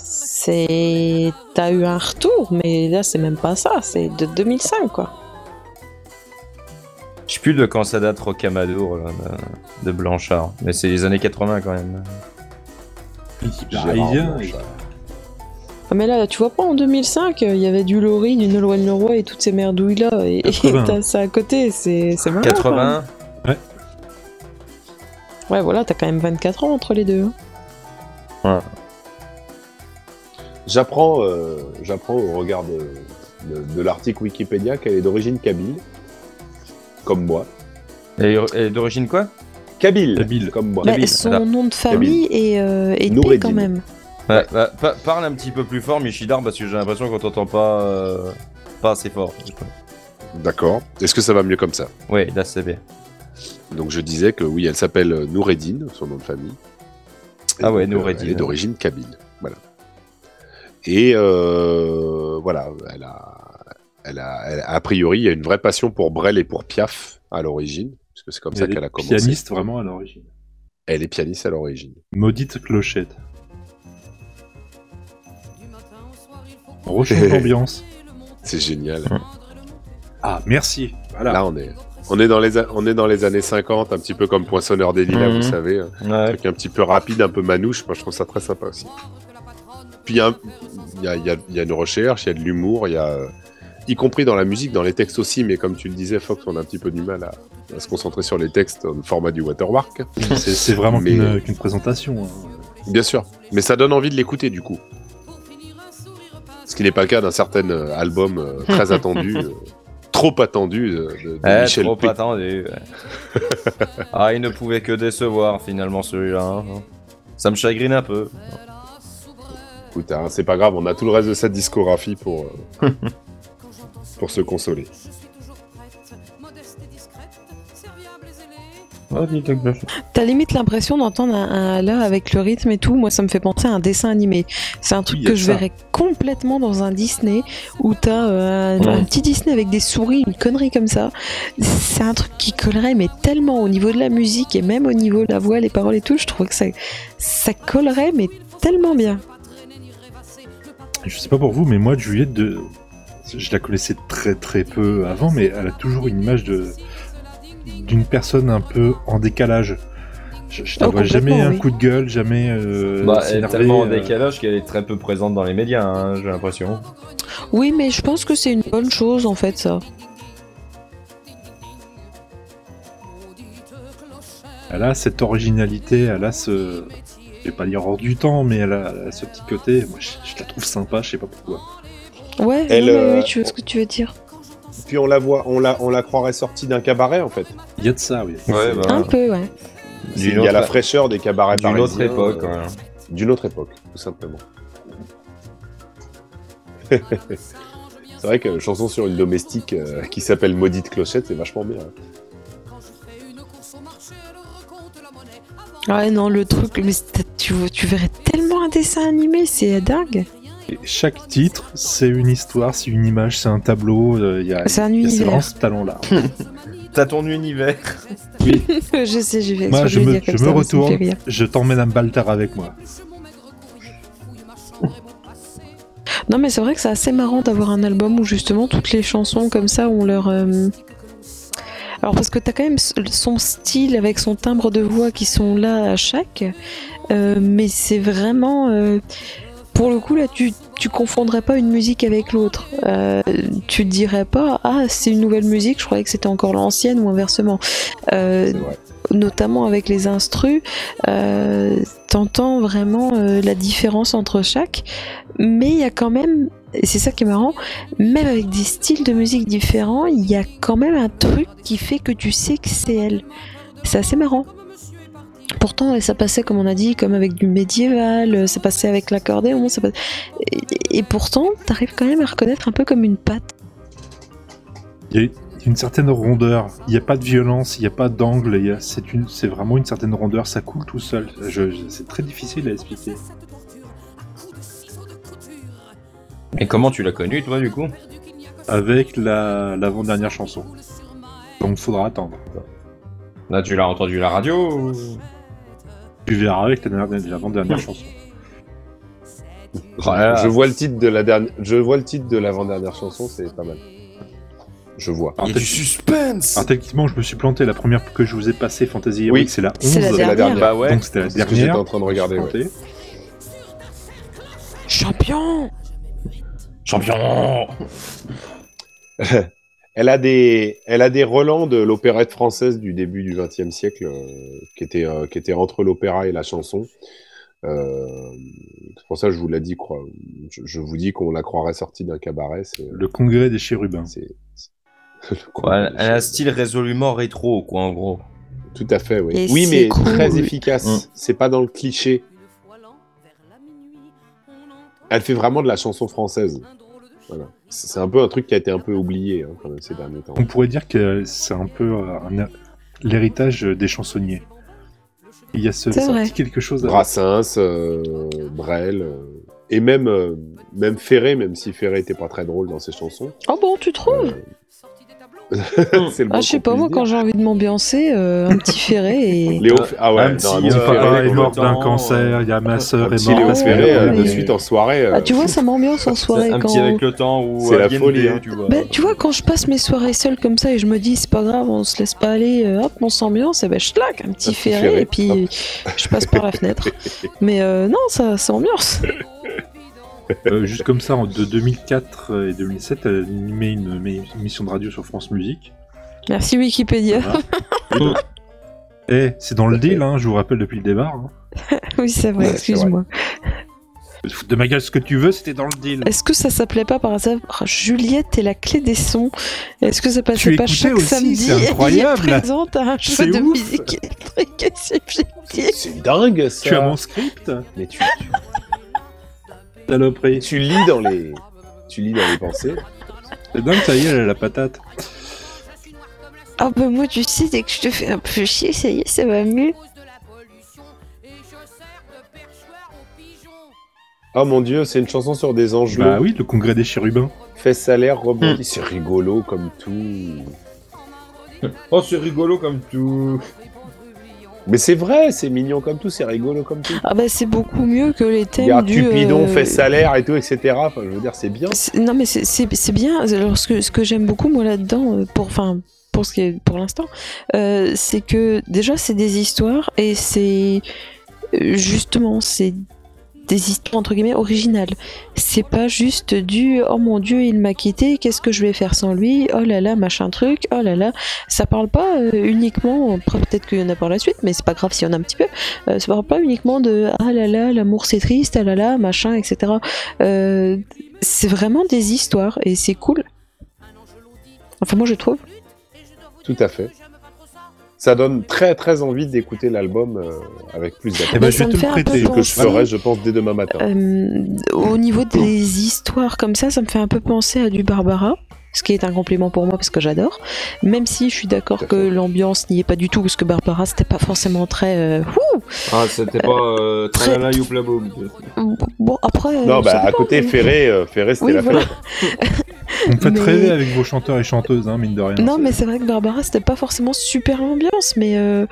Speaker 3: C'est. T'as eu un retour, mais là, c'est même pas ça, c'est de 2005, quoi.
Speaker 2: Je sais plus de quand ça date Rocamadour là, de, de Blanchard, mais c'est les années 80 quand même.
Speaker 4: Gérard
Speaker 1: Parisien,
Speaker 4: Blanchard.
Speaker 3: Ah, mais là, tu vois pas, en 2005, euh, il y avait du Laurie, du Nolwenn Leroy et toutes ces merdouilles-là, et et
Speaker 1: 80.
Speaker 3: t'as ça à côté, c'est c'est marrant. quoi.
Speaker 2: 80
Speaker 3: Ouais, voilà, t'as quand même 24 ans entre les deux. hein.
Speaker 4: J'apprends, euh, j'apprends au regard de, de- de l'article Wikipédia qu'elle est d'origine kabyle, comme moi.
Speaker 2: Et, et d'origine quoi
Speaker 4: Kabyle,
Speaker 1: Kabyle.
Speaker 4: comme moi.
Speaker 3: Bah,
Speaker 2: Kabyle,
Speaker 3: son
Speaker 2: voilà.
Speaker 3: nom de famille est euh, épais quand
Speaker 4: Noureddin.
Speaker 3: même.
Speaker 2: Ouais, bah, pa- Parle un petit peu plus fort, Michidar, parce que j'ai l'impression qu'on t'entend pas, euh, pas assez fort.
Speaker 4: D'accord. Est-ce que ça va mieux comme ça
Speaker 2: Ouais, là c'est bien.
Speaker 4: Donc je disais que oui, elle s'appelle euh, Noureddin, son nom de famille. Et
Speaker 2: Ah ouais,
Speaker 4: donc, euh,
Speaker 2: Noureddin.
Speaker 4: Elle est d'origine kabyle. Voilà. Et euh, voilà, elle a, elle a, elle a, a priori, il y a une vraie passion pour Brel et pour Piaf à l'origine, parce que c'est comme ça
Speaker 1: Elle
Speaker 4: qu'elle
Speaker 1: est
Speaker 4: a commencé.
Speaker 1: pianiste vraiment à l'origine.
Speaker 4: Elle est pianiste à l'origine.
Speaker 1: Maudite clochette. Rechange d'ambiance.
Speaker 4: C'est génial.
Speaker 1: Ah, merci. Voilà.
Speaker 4: Là, on est, on est, dans les, a- on est dans les années 50, un petit peu comme Poinçonneur des Lilas,
Speaker 2: Mhm.
Speaker 4: vous savez. Un
Speaker 2: Ouais.
Speaker 4: truc un petit peu rapide, un peu manouche. Moi, je trouve ça très sympa aussi. Puis, il y a, il y a- il y a- il y a une recherche, il y a de l'humour, il y a. euh, Y compris dans la musique, dans les textes aussi, mais comme tu le disais, Fox, on a un petit peu du mal à, à se concentrer sur les textes dans le format du Watermark.
Speaker 1: C'est c'est vraiment
Speaker 4: Mais- euh,
Speaker 1: qu'une qu'une présentation. hein.
Speaker 4: Bien sûr. Mais ça donne envie de l'écouter, du coup. Ce qui n'est pas le cas d'un certain euh, album euh, très attendu, euh, trop attendu euh, de, de
Speaker 2: Eh,
Speaker 4: Michel
Speaker 2: trop
Speaker 4: P.
Speaker 2: attendu. ouais. ah, il ne pouvait que décevoir finalement celui-là. hein. Ça me chagrine un peu.
Speaker 4: Écoute, hein, c'est pas grave, on a tout le reste de sa discographie pour, euh, pour se consoler.
Speaker 3: Ah, T'as limite l'impression d'entendre un, un là avec le rythme et tout. Moi, ça me fait penser à un dessin animé. C'est un truc
Speaker 1: Oui, y a
Speaker 3: que je
Speaker 1: ça.
Speaker 3: verrais complètement dans un Disney où t'as euh, un,
Speaker 2: Ouais.
Speaker 3: un petit Disney avec des souris, une connerie comme ça. C'est un truc qui collerait, mais tellement au niveau de la musique et même au niveau de la voix, les paroles et tout. Je trouve que ça, ça collerait, mais tellement bien.
Speaker 1: Je sais pas pour vous, mais moi, Juliette, de... je la connaissais très très peu avant, mais elle a toujours une image de d'une personne un peu en décalage. Je, je la
Speaker 3: Oh,
Speaker 1: vois jamais
Speaker 3: complètement,
Speaker 1: un
Speaker 3: oui.
Speaker 1: coup de gueule, jamais. euh,
Speaker 2: Bah, elle est
Speaker 1: s'énerver,
Speaker 2: tellement en
Speaker 1: euh,
Speaker 2: décalage qu'elle est très peu présente dans les médias, hein, j'ai l'impression.
Speaker 3: Oui, mais je pense que c'est une bonne chose en fait, ça.
Speaker 1: Elle a cette originalité, elle a ce. Je vais pas dire hors du temps, mais elle a, elle a ce petit côté. Moi, je, je la trouve sympa, je sais pas pourquoi.
Speaker 3: Ouais,
Speaker 4: Elle,
Speaker 3: non, mais
Speaker 4: euh,
Speaker 3: oui, tu veux ce que tu veux dire.
Speaker 4: Puis on la voit, on la, on la croirait sortie d'un cabaret en fait.
Speaker 1: Il y a de ça, oui.
Speaker 2: Ouais, bah.
Speaker 3: Un peu, ouais.
Speaker 4: Il
Speaker 2: D'une
Speaker 4: y a la
Speaker 2: autre,
Speaker 4: fraîcheur des cabarets
Speaker 2: d'une autre
Speaker 4: parisiens,
Speaker 2: époque.
Speaker 4: euh,
Speaker 2: ouais.
Speaker 4: D'une autre époque, tout simplement. c'est vrai que chanson sur une domestique euh, qui s'appelle Maudite Clochette, c'est vachement bien. hein.
Speaker 3: Ouais, non, le truc, mais c'est- tu, tu verrais tellement un dessin animé, c'est dingue.
Speaker 1: Et chaque titre, c'est une histoire, c'est une image, c'est un tableau. euh, Il y a,
Speaker 3: C'est un
Speaker 1: il y a c'est
Speaker 3: univers.
Speaker 1: vraiment ce talent-là.
Speaker 2: T'as ton univers.
Speaker 3: je sais, je vais.
Speaker 1: Moi,
Speaker 3: je
Speaker 1: je
Speaker 3: vais
Speaker 1: me,
Speaker 3: dire comme
Speaker 1: je
Speaker 3: ça,
Speaker 1: me
Speaker 3: mais ça
Speaker 1: retourne,
Speaker 3: fait rire.
Speaker 1: je t'emmène à Baltar avec moi.
Speaker 3: Non, mais c'est vrai que c'est assez marrant d'avoir un album où justement toutes les chansons comme ça ont leur. euh, Alors parce que t'as quand même s- son style avec son timbre de voix qui sont là à chaque, euh, mais c'est vraiment. euh, Pour le coup, là, tu, tu confondrais pas une musique avec l'autre. Euh, tu te dirais pas, ah, c'est une nouvelle musique, je croyais que c'était encore l'ancienne ou inversement. Euh,
Speaker 4: vrai.
Speaker 3: notamment avec les instrus, euh, t'entends vraiment euh, la différence entre chaque, mais il y a quand même, et c'est ça qui est marrant, même avec des styles de musique différents, il y a quand même un truc qui fait que tu sais que c'est elle. C'est assez marrant. Pourtant, et ça passait, comme on a dit, comme avec du médiéval, euh, ça passait avec l'accordéon, ça passe- et, et pourtant, t'arrives quand même à reconnaître un peu comme une patte.
Speaker 1: Il y a une certaine rondeur. Il n'y a pas de violence, il n'y a pas d'angle. il y a- C'est une- c'est vraiment une certaine rondeur. Ça coule tout seul. Je- je- C'est très difficile à expliquer.
Speaker 2: Et comment tu l'as connu, toi, du coup
Speaker 1: Avec la l'avant-dernière chanson. Donc faudra attendre.
Speaker 2: Là, tu l'as entendu à la radio ou...
Speaker 1: Tu verras avec la dernière- l'avant-dernière chanson.
Speaker 2: Voilà.
Speaker 4: Je vois le titre de la dernière, je vois le titre de l'avant-dernière chanson, c'est pas mal. Je vois.
Speaker 1: Alors, techni-
Speaker 2: suspense
Speaker 1: alors, techniquement, je me suis planté. La première que je vous ai passée, Fantasy Heroic,
Speaker 4: Oui.
Speaker 1: c'est la 11.
Speaker 3: C'est la
Speaker 4: C'est la
Speaker 3: dernière.
Speaker 4: dernière.
Speaker 2: Bah ouais.
Speaker 1: Donc c'était la
Speaker 4: C'est ce que j'étais
Speaker 1: dernière.
Speaker 4: en train de regarder. ouais.
Speaker 1: Planté.
Speaker 3: Champion
Speaker 2: Champion
Speaker 4: Elle a des, elle a des relents de l'opérette française du début du XXe siècle, euh, qui était, euh, qui était entre l'opéra et la chanson. Euh, c'est pour ça que je vous l'ai dit, crois. Je, je vous dis qu'on la croirait sortie d'un cabaret. C'est,
Speaker 1: Le congrès des chérubins.
Speaker 4: c'est- c'est-
Speaker 2: Ouais, Elle a un style résolument rétro, quoi, en gros.
Speaker 4: Tout à fait, oui.
Speaker 3: Et
Speaker 4: oui,
Speaker 3: c'est
Speaker 4: mais
Speaker 3: cool.
Speaker 4: très efficace.
Speaker 2: Mm.
Speaker 4: C'est pas dans le cliché. Elle fait vraiment de la chanson française. Voilà. C'est c'est un peu un truc qui a été un peu oublié hein, quand même ces derniers temps.
Speaker 1: On pourrait dire que c'est un peu euh, un- l'héritage des chansonniers. Il y a ce
Speaker 3: C'est
Speaker 1: ce
Speaker 3: vrai.
Speaker 1: petit quelque chose. à-
Speaker 4: Brassens, euh, Brel, euh, et même, euh, même Ferré, même si Ferré était pas très drôle dans ses chansons.
Speaker 3: Oh bon, tu trouves
Speaker 4: Euh, c'est le
Speaker 3: Ah,
Speaker 4: moins
Speaker 3: je sais
Speaker 4: qu'on
Speaker 3: pas,
Speaker 4: puisse
Speaker 3: moi,
Speaker 4: dire.
Speaker 3: quand j'ai envie de m'ambiancer, euh, un petit ferré et.
Speaker 4: Léo, F- ah ouais,
Speaker 2: Même
Speaker 4: non,
Speaker 2: si,
Speaker 4: non,
Speaker 2: euh,
Speaker 1: Mon
Speaker 4: Ferré,
Speaker 1: papa est
Speaker 4: quand-
Speaker 1: mort d'un
Speaker 2: longtemps,
Speaker 1: cancer, il y a ma
Speaker 4: euh, un
Speaker 1: sœur est
Speaker 4: petit
Speaker 1: morte
Speaker 4: Léo
Speaker 1: parce
Speaker 4: Ferré,
Speaker 1: qu'elle
Speaker 4: euh,
Speaker 1: a
Speaker 4: de
Speaker 3: mais-
Speaker 4: suite en soirée. euh,
Speaker 3: Ah, tu vois, ça m'ambiance en soirée
Speaker 2: un
Speaker 3: quand.
Speaker 2: petit avec le temps ou
Speaker 4: C'est
Speaker 2: euh,
Speaker 4: la
Speaker 2: IMD,
Speaker 4: folie, hein.
Speaker 2: tu vois.
Speaker 3: Ben, tu vois, quand je passe mes soirées seules comme ça et je me dis, c'est pas grave, on se laisse pas aller, euh, hop, on s'ambiance, et ben je claque un petit
Speaker 4: Un petit
Speaker 3: ferré
Speaker 4: ferré,
Speaker 3: et puis je passe par la fenêtre. Mais euh, non, ça, ça ambiance.
Speaker 1: Euh, juste comme ça, en- de 2004 euh, et 2007, elle animait une, une émission de radio sur France Musique.
Speaker 3: Merci Wikipédia.
Speaker 1: Voilà. Et donc- Eh, c'est dans le deal, hein, je vous rappelle depuis le départ. hein.
Speaker 3: oui, c'est vrai,
Speaker 4: Ouais, c'est
Speaker 3: excuse-moi.
Speaker 1: Tu te fous De ma gueule, ce que tu veux, c'était dans le deal.
Speaker 3: Est-ce que ça s'appelait pas par hasard oh, Juliette et la clé des sons Est-ce que ça passait
Speaker 1: Tu
Speaker 3: pas
Speaker 1: écoutais
Speaker 3: chaque
Speaker 1: aussi,
Speaker 3: samedi
Speaker 1: c'est incroyable.
Speaker 3: Elle est présente à un jeu
Speaker 1: C'est
Speaker 3: hein, de
Speaker 1: ouf.
Speaker 3: musique électrique et subjective.
Speaker 4: C'est dingue ça.
Speaker 1: Tu as mon script
Speaker 4: Mais tu, tu,
Speaker 1: Saloperie.
Speaker 4: tu lis dans les, tu lis dans les pensées.
Speaker 1: C'est dingue, ça y est, elle a la patate.
Speaker 3: Ah bah moi tu sais, dès que je te fais un peu chier, ça y est, ça va mieux.
Speaker 4: Oh mon dieu, c'est une chanson sur des anges.
Speaker 1: Bah oui, le congrès des chérubins.
Speaker 4: Fait salaire,
Speaker 3: Hmm.
Speaker 4: rebondi. C'est rigolo comme tout.
Speaker 2: Oh, c'est rigolo comme tout.
Speaker 4: Mais c'est vrai, c'est mignon comme tout, c'est rigolo comme tout.
Speaker 3: Ah bah c'est beaucoup mieux que les thèmes
Speaker 4: Regarde,
Speaker 3: du...
Speaker 4: Cupidon
Speaker 3: euh,
Speaker 4: fait salaire et tout, etc. Enfin, je veux dire, c'est bien.
Speaker 3: c'est- Non mais c'est- c'est c'est bien. Alors ce que, ce que j'aime beaucoup moi là-dedans, euh, pour enfin pour ce qui est pour l'instant, euh, c'est que déjà c'est des histoires et c'est euh, justement c'est des histoires entre guillemets originales. C'est pas juste du oh mon dieu il m'a quitté, qu'est-ce que je vais faire sans lui, oh là là machin truc, oh là là. Ça parle pas euh, uniquement, après, peut-être qu'il y en a par la suite, mais c'est pas grave s'il y en a un petit peu. Euh, ça parle pas uniquement de ah là là l'amour c'est triste, ah là là machin etc. Euh, c'est vraiment des histoires et c'est cool. Enfin moi je trouve.
Speaker 4: Tout à fait. Ça donne très très envie d'écouter l'album euh, avec plus
Speaker 1: Eh
Speaker 4: d'attention.
Speaker 1: ben,
Speaker 3: Mais
Speaker 1: je
Speaker 3: ça
Speaker 1: vais
Speaker 3: me
Speaker 1: te
Speaker 3: fait
Speaker 1: le
Speaker 3: un peu
Speaker 1: prêter.
Speaker 4: que je
Speaker 3: penser,
Speaker 4: ferai, je pense, dès demain matin.
Speaker 3: euh, au niveau des histoires comme ça, ça me fait un peu penser à du Barbara, ce qui est un compliment pour moi parce que j'adore. Même si je suis d'accord
Speaker 4: Tout à
Speaker 3: que
Speaker 4: fait.
Speaker 3: l'ambiance n'y est pas du tout parce que Barbara c'était pas forcément très euh, wouh
Speaker 2: Ah, c'était pas euh,
Speaker 3: très-
Speaker 2: Tralala Youpla Boum.
Speaker 3: bon après.
Speaker 4: non,
Speaker 3: euh, ça
Speaker 4: bah à
Speaker 3: dépend,
Speaker 4: côté,
Speaker 3: mais-
Speaker 4: Ferré, euh, Ferré c'était
Speaker 3: Oui,
Speaker 4: la
Speaker 3: voilà.
Speaker 4: fête.
Speaker 1: Vous me faites
Speaker 3: Mais-
Speaker 1: rêver avec vos chanteurs et chanteuses, hein, mine de rien.
Speaker 3: Non, mais c'est vrai que Barbara, c'était pas forcément super l'ambiance, mais, euh,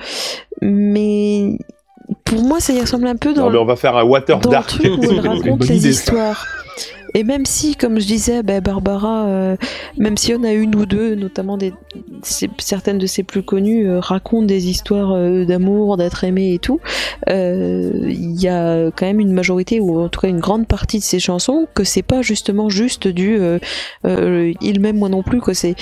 Speaker 3: mais pour moi, ça y ressemble un peu dans,
Speaker 4: Non, mais on va faire un Water
Speaker 3: dans le
Speaker 4: Dark.
Speaker 3: truc où elle
Speaker 1: C'est une
Speaker 3: raconte
Speaker 1: bonne
Speaker 3: les
Speaker 1: idée, ça.
Speaker 3: histoires. Et même si, comme je disais, bah, Barbara, euh, même si on a une ou deux, notamment des, c'est- certaines de ses plus connues, euh, racontent des histoires euh, d'amour, d'être aimé et tout, euh, il y a quand même une majorité, ou en tout cas une grande partie de ses chansons, que c'est pas justement juste du euh, euh, il m'aime moi non plus, que c'est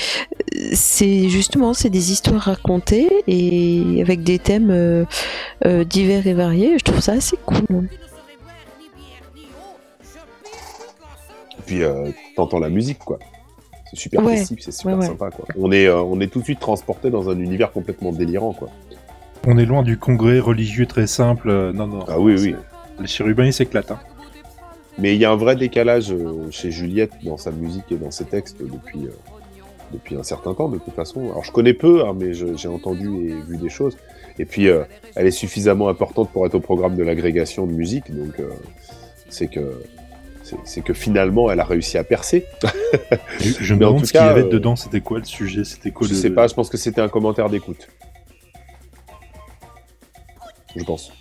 Speaker 3: c'est justement c'est des histoires racontées et avec des thèmes euh, euh, divers et variés. Je trouve ça assez cool.
Speaker 4: Et puis euh, t'entends la musique, quoi. C'est super
Speaker 3: Ouais.
Speaker 4: festif, c'est super
Speaker 3: Ouais, ouais.
Speaker 4: sympa, quoi. On est, euh, on est tout de suite transporté dans un univers complètement délirant, quoi.
Speaker 1: On est loin du congrès religieux très simple. euh, non, non.
Speaker 4: Ah oui, oui.
Speaker 1: C'est- Les chérubins, ils s'éclatent. hein.
Speaker 4: Mais il y a un vrai décalage euh, chez Juliette dans sa musique et dans ses textes depuis, euh, depuis un certain temps, de toute façon. Alors, je connais peu, hein, mais je- j'ai entendu et vu des choses. Et puis, euh, elle est suffisamment importante pour être au programme de l'agrégation de musique, donc euh, c'est que c'est- c'est que finalement, elle a réussi à percer.
Speaker 1: Je, je me
Speaker 4: Mais en
Speaker 1: demande
Speaker 4: tout
Speaker 1: ce qu'il y
Speaker 4: cas,
Speaker 1: avait
Speaker 4: euh,
Speaker 1: dedans, c'était quoi le sujet, c'était quoi
Speaker 4: Je
Speaker 1: le...
Speaker 4: sais pas, je pense que c'était un commentaire d'écoute. Je pense.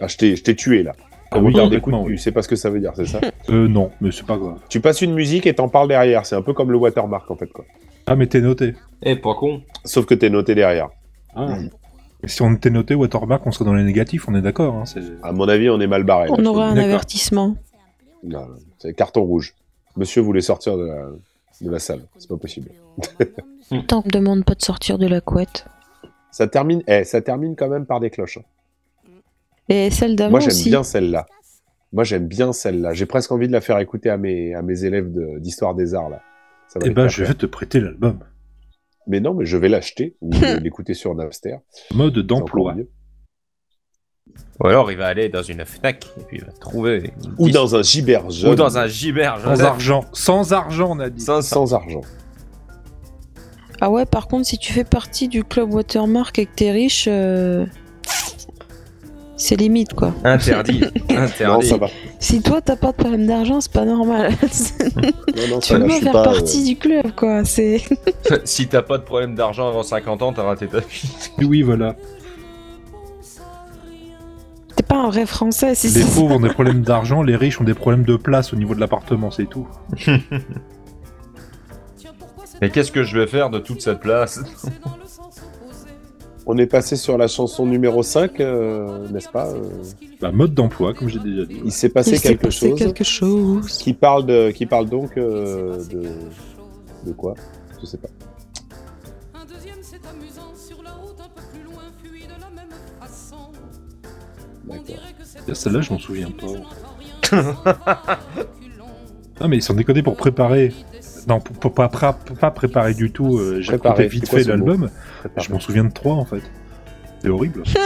Speaker 4: Ah, je t'ai je t'ai tué là.
Speaker 1: Ah oui,
Speaker 4: Commentaire d'écoute,
Speaker 1: complètement,
Speaker 4: tu sais pas ce que ça veut dire, c'est ça
Speaker 1: oui. Euh, non, mais c'est pas grave.
Speaker 4: Tu passes une musique et t'en parles derrière. C'est un peu comme le watermark en fait. Quoi.
Speaker 1: Ah, mais t'es noté.
Speaker 2: Eh, pas con. Hmm.
Speaker 4: Sauf que t'es noté derrière.
Speaker 1: Et Si on était noté Watermark, on serait dans les négatifs, on est d'accord. hein, c'est-
Speaker 4: À mon avis, on est mal barré. là, je
Speaker 3: On
Speaker 4: te
Speaker 3: aura
Speaker 4: le
Speaker 3: un
Speaker 1: D'accord.
Speaker 3: avertissement.
Speaker 4: dis. Non, non, c'est carton rouge. Monsieur voulait sortir de la, de la salle. C'est pas possible.
Speaker 3: Tant on me demande pas de sortir de la couette.
Speaker 4: Ça termine, eh, ça termine quand même par des cloches. hein.
Speaker 3: Et celle d'avant
Speaker 4: Moi, j'aime
Speaker 3: aussi.
Speaker 4: bien celle-là. Moi, j'aime bien celle-là. J'ai presque envie de la faire écouter à mes, à mes élèves de- d'histoire des arts là. Ça va
Speaker 1: Eh
Speaker 4: les
Speaker 1: ben,
Speaker 4: faire
Speaker 1: je
Speaker 4: faire.
Speaker 1: vais te prêter l'album.
Speaker 4: Mais non, mais je vais l'acheter ou je vais l'écouter sur Napster.
Speaker 1: Mode
Speaker 4: C'est encore
Speaker 1: d'emploi.
Speaker 4: mieux.
Speaker 2: Ou alors il va aller dans une Fnac et puis il va trouver. une
Speaker 4: Ou
Speaker 2: petite-
Speaker 4: dans un giberge.
Speaker 2: ou dans un gibert.
Speaker 1: Sans
Speaker 2: Joseph.
Speaker 1: argent. Sans argent, on a dit.
Speaker 2: Sans- sans-
Speaker 4: sans argent.
Speaker 3: Ah ouais, par contre, si tu fais partie du club Watermark et que t'es riche, euh, c'est limite quoi.
Speaker 2: Interdit.
Speaker 4: Non,
Speaker 2: Interdit.
Speaker 4: ça va.
Speaker 3: Si toi t'as pas de problème d'argent, c'est pas normal.
Speaker 4: Non, non,
Speaker 3: tu
Speaker 4: ça
Speaker 3: veux
Speaker 4: va. Je
Speaker 3: pas
Speaker 4: suis
Speaker 3: faire
Speaker 4: pas. euh,
Speaker 3: partie du club quoi. C'est
Speaker 2: si t'as pas de problème d'argent avant 50 ans, t'as raté ta vie.
Speaker 1: Oui, voilà.
Speaker 3: t'es pas un vrai français. Si
Speaker 1: Les
Speaker 3: c'est
Speaker 1: pauvres ont des problèmes d'argent, les riches ont des problèmes de place au niveau de l'appartement, c'est tout.
Speaker 2: Mais qu'est-ce que je vais faire de toute cette place
Speaker 4: On est passé sur la chanson numéro 5, euh, n'est-ce pas euh,
Speaker 1: Bah, mode d'emploi, comme j'ai déjà dit.
Speaker 4: Il s'est passé
Speaker 3: Il s'est
Speaker 4: quelque
Speaker 3: passé
Speaker 4: chose
Speaker 3: quelque chose.
Speaker 4: qui parle de, qui parle donc euh, de de quoi Je sais pas.
Speaker 5: Un deuxième c'est amusant sur la route un peu plus loin fuit de la même façon. On
Speaker 4: D'accord.
Speaker 5: dirait que c'est
Speaker 1: Ah, Celle-là, je m'en souviens pas.
Speaker 5: pas.
Speaker 1: Non, mais sans déconner, pour préparer. Non, pour, pour pas, pra- pour pas préparer du tout, euh, j'ai
Speaker 4: Préparer,
Speaker 1: écouté
Speaker 4: c'est
Speaker 1: vite
Speaker 4: quoi
Speaker 1: fait
Speaker 4: ce mot
Speaker 1: l'album.
Speaker 4: Prépare.
Speaker 1: Je m'en souviens de trois, en fait. C'est horrible.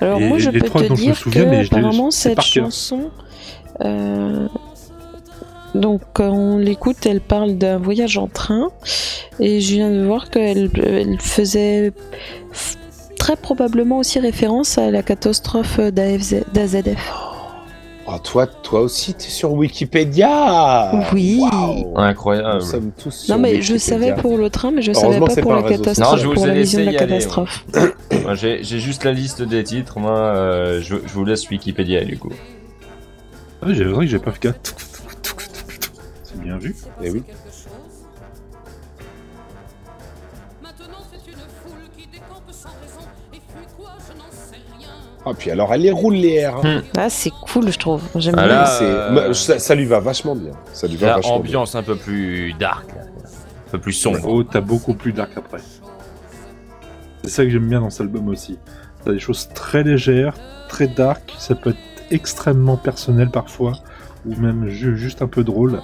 Speaker 3: Alors
Speaker 1: Et
Speaker 3: moi, je
Speaker 1: les
Speaker 3: peux
Speaker 1: trois
Speaker 3: te
Speaker 1: dont je me
Speaker 3: dire
Speaker 1: souviens, mais
Speaker 3: que
Speaker 1: je les-
Speaker 3: apparemment
Speaker 1: c'est
Speaker 3: cette
Speaker 1: par cœur.
Speaker 3: chanson, euh, donc quand on l'écoute, elle parle d'un voyage en train et je viens de voir qu'elle elle faisait f- très probablement aussi référence à la catastrophe d'AFZ d'AZF.
Speaker 4: Oh, toi, toi aussi, t'es sur Wikipédia.
Speaker 3: Oui.
Speaker 4: Waouh. Nous
Speaker 2: Incroyable.
Speaker 4: sommes tous. Sur
Speaker 3: Non mais je
Speaker 4: Wikipédia.
Speaker 3: savais pour le train, mais je
Speaker 4: Heureusement
Speaker 3: savais
Speaker 4: que
Speaker 3: pas
Speaker 4: c'est
Speaker 3: pour
Speaker 4: pas
Speaker 3: la
Speaker 4: un réseau social.
Speaker 3: catastrophe,
Speaker 2: Non, je vous
Speaker 3: pour
Speaker 2: ai
Speaker 3: la vision de
Speaker 2: laissé
Speaker 3: la
Speaker 2: y aller, hein.
Speaker 3: catastrophe.
Speaker 2: Moi, J'ai j'ai juste la liste des titres. Moi, euh, je, je vous laisse Wikipédia du coup.
Speaker 1: Ah, j'ai vrai que j'ai pas fait gaffe. C'est bien vu.
Speaker 4: Eh oui.
Speaker 5: Maintenant c'est une foule qui décampe sans raison et fuit quoi je n'en sais rien.
Speaker 4: Ah puis alors, elle les roule les airs. hein.
Speaker 2: Hmm.
Speaker 3: Ah c'est cool, je trouve. J'aime
Speaker 2: Ah
Speaker 3: bien.
Speaker 2: là,
Speaker 4: C'est-
Speaker 2: euh,
Speaker 4: bah, ça, ça lui va vachement bien. Ça lui va
Speaker 2: Là,
Speaker 4: vachement bien.
Speaker 2: ambiance un peu plus dark, là. un peu plus sombre.
Speaker 1: Oh, t'as beaucoup plus dark après. C'est ça que j'aime bien dans cet album aussi. T'as des choses très légères, très dark, ça peut être extrêmement personnel parfois, ou même ju- juste un peu drôle.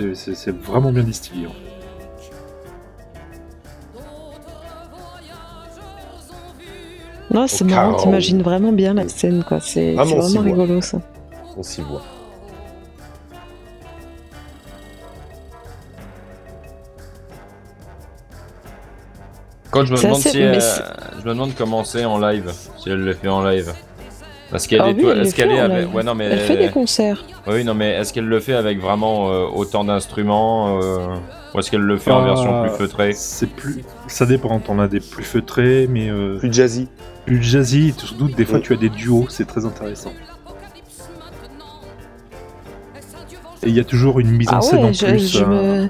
Speaker 1: Et C'est c'est vraiment bien distillé. hein.
Speaker 2: oh,
Speaker 3: Non, c'est
Speaker 4: Au
Speaker 3: marrant,
Speaker 4: carreau.
Speaker 3: t'imagines vraiment bien la scène, quoi. C'est
Speaker 4: Ah,
Speaker 3: c'est
Speaker 4: mais on s'y
Speaker 3: vraiment
Speaker 4: voit.
Speaker 3: rigolo, ça.
Speaker 4: On s'y voit.
Speaker 2: Quand je me
Speaker 3: C'est
Speaker 2: demande
Speaker 3: assez-
Speaker 2: si elle-
Speaker 3: mais c'est-
Speaker 2: je me demande comment c'est en live, si elle le fait en live. Parce qu'elle
Speaker 3: Ah
Speaker 2: est,
Speaker 3: oui, elle le
Speaker 2: est-ce qu'elle
Speaker 3: fait
Speaker 2: est
Speaker 3: en
Speaker 2: avec,
Speaker 3: live.
Speaker 2: ouais non mais,
Speaker 3: Elle fait des concerts.
Speaker 2: oui non mais est-ce qu'elle le fait avec vraiment euh, autant d'instruments euh, ou est-ce qu'elle le fait en
Speaker 1: Ah.
Speaker 2: version plus feutrée
Speaker 1: C'est plus, ça dépend. T'en as des plus feutrés, mais euh,
Speaker 4: Plus jazzy.
Speaker 1: plus jazzy. Sans doute, des fois, tu as des duos. C'est très intéressant. Et il y a toujours une mise en
Speaker 3: Ah
Speaker 1: scène en
Speaker 3: ouais, je,
Speaker 1: plus.
Speaker 3: je,
Speaker 1: hein.
Speaker 3: me- Euh,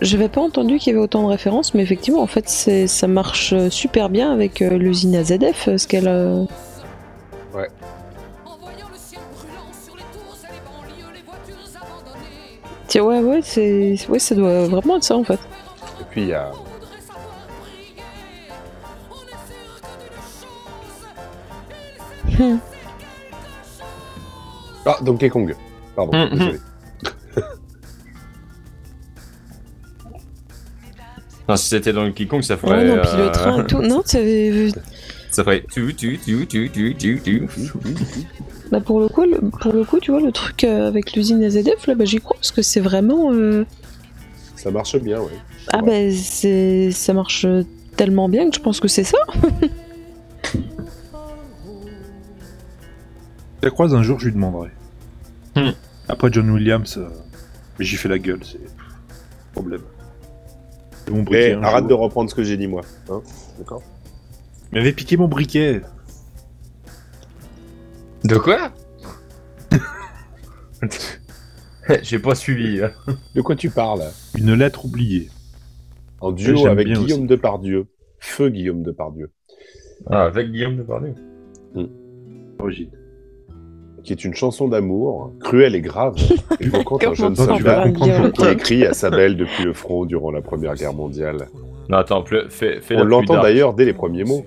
Speaker 3: j'avais pas entendu qu'il y avait autant de références, mais effectivement, en fait, c'est, ça marche euh, super bien avec euh, l'usine AZF, euh, ce qu'elle... euh,
Speaker 5: En voyant le ciel brûlant sur les tours et les banlieues, les voitures abandonnées.
Speaker 3: Tiens, ouais, ouais, c'est... ouais, ça doit vraiment être ça, en fait.
Speaker 4: Et puis euh, il y a.
Speaker 5: On voudrait savoir briller. On est sûr que d'une chose,
Speaker 3: Hum.
Speaker 4: Ah, Donkey Kong. Pardon.
Speaker 2: Mhm.
Speaker 4: désolé.
Speaker 2: Non si c'était dans le quiconque ça
Speaker 3: Ouais,
Speaker 2: ferait
Speaker 3: non, puis
Speaker 2: euh,
Speaker 3: le train et tout. Non, c'est-
Speaker 2: ça ferait tu tu tu tu tu tu tu.
Speaker 3: bah, pour, le coup, le- pour le coup, tu vois, le truc euh, avec l'usine AZF, là, bah, j'y crois, parce que c'est vraiment... euh,
Speaker 4: Ça marche bien, ouais.
Speaker 3: Ah ben c'est ça marche euh, tellement bien que je pense que c'est ça.
Speaker 1: Je la croise un jour, je lui demanderai.
Speaker 6: Hmm.
Speaker 1: Après John Williams, euh, j'y fais la gueule, c'est problème. C'est Mon briquet,
Speaker 4: Eh,
Speaker 1: un
Speaker 4: arrête
Speaker 1: jour.
Speaker 4: de reprendre ce que j'ai dit, moi. Hein D'accord
Speaker 1: Il m'avait piqué mon briquet.
Speaker 6: De quoi
Speaker 2: J'ai pas suivi. hein.
Speaker 4: De quoi tu parles
Speaker 1: Une lettre oubliée.
Speaker 4: En
Speaker 1: Ouais,
Speaker 4: duo
Speaker 1: j'aime
Speaker 4: avec
Speaker 1: bien
Speaker 4: Guillaume Depardieu. Feu Guillaume Depardieu.
Speaker 2: Ah, avec Guillaume de parler.
Speaker 1: Origine.
Speaker 4: qui est une chanson d'amour, hein, cruelle et grave, évoquant un
Speaker 3: Comment
Speaker 4: jeune
Speaker 3: on
Speaker 1: Toi, tu vas
Speaker 3: parle
Speaker 4: soldat
Speaker 1: comprendre
Speaker 3: bien.
Speaker 4: qui
Speaker 1: pourquoi.
Speaker 4: écrit à sa belle depuis le front durant la Première Guerre mondiale.
Speaker 2: Non, attends, ple- fais, fais la
Speaker 4: On
Speaker 2: plus
Speaker 4: l'entend
Speaker 2: dark.
Speaker 4: d'ailleurs dès les premiers mots.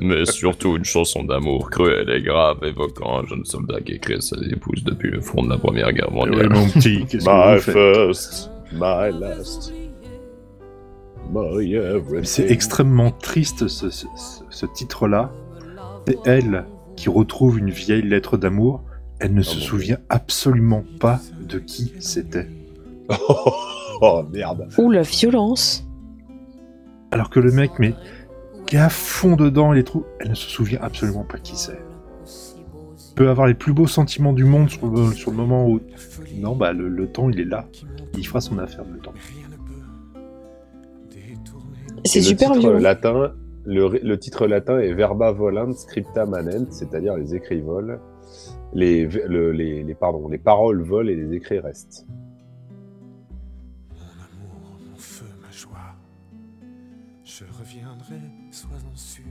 Speaker 6: Mais surtout une chanson d'amour cruelle et grave évoquant un jeune soldat qui écrit à sa épouse depuis le front de la Première Guerre
Speaker 1: Eh ouais,
Speaker 6: mondiale.
Speaker 1: mon petit, qu'est-ce que
Speaker 4: My
Speaker 1: vous faites
Speaker 4: first, my last, my everything.
Speaker 1: C'est extrêmement triste ce, ce- ce- ce titre-là. C'est elle qui retrouve une vieille lettre d'amour. Elle ne se
Speaker 4: bon.
Speaker 1: souvient absolument pas de qui c'était.
Speaker 4: oh merde.
Speaker 3: Ou la violence.
Speaker 1: Alors que le mec, mais qui est à fond dedans, il est trop. Elle ne se souvient absolument pas qui c'est. Elle peut avoir les plus beaux sentiments du monde sur le, sur le moment où. Non, bah le, le temps, il est là. Il fera son affaire le temps.
Speaker 4: Et
Speaker 3: C'est super
Speaker 4: le titre
Speaker 3: violent.
Speaker 4: latin, le, ré- le titre latin est verba volant scripta manent, c'est-à-dire les écrits volent, les, ve- le- les, les- pardon, les paroles volent et les écrits restent.
Speaker 7: Mon amour, mon feu, ma joie. Je reviendrai, sois-en sûr.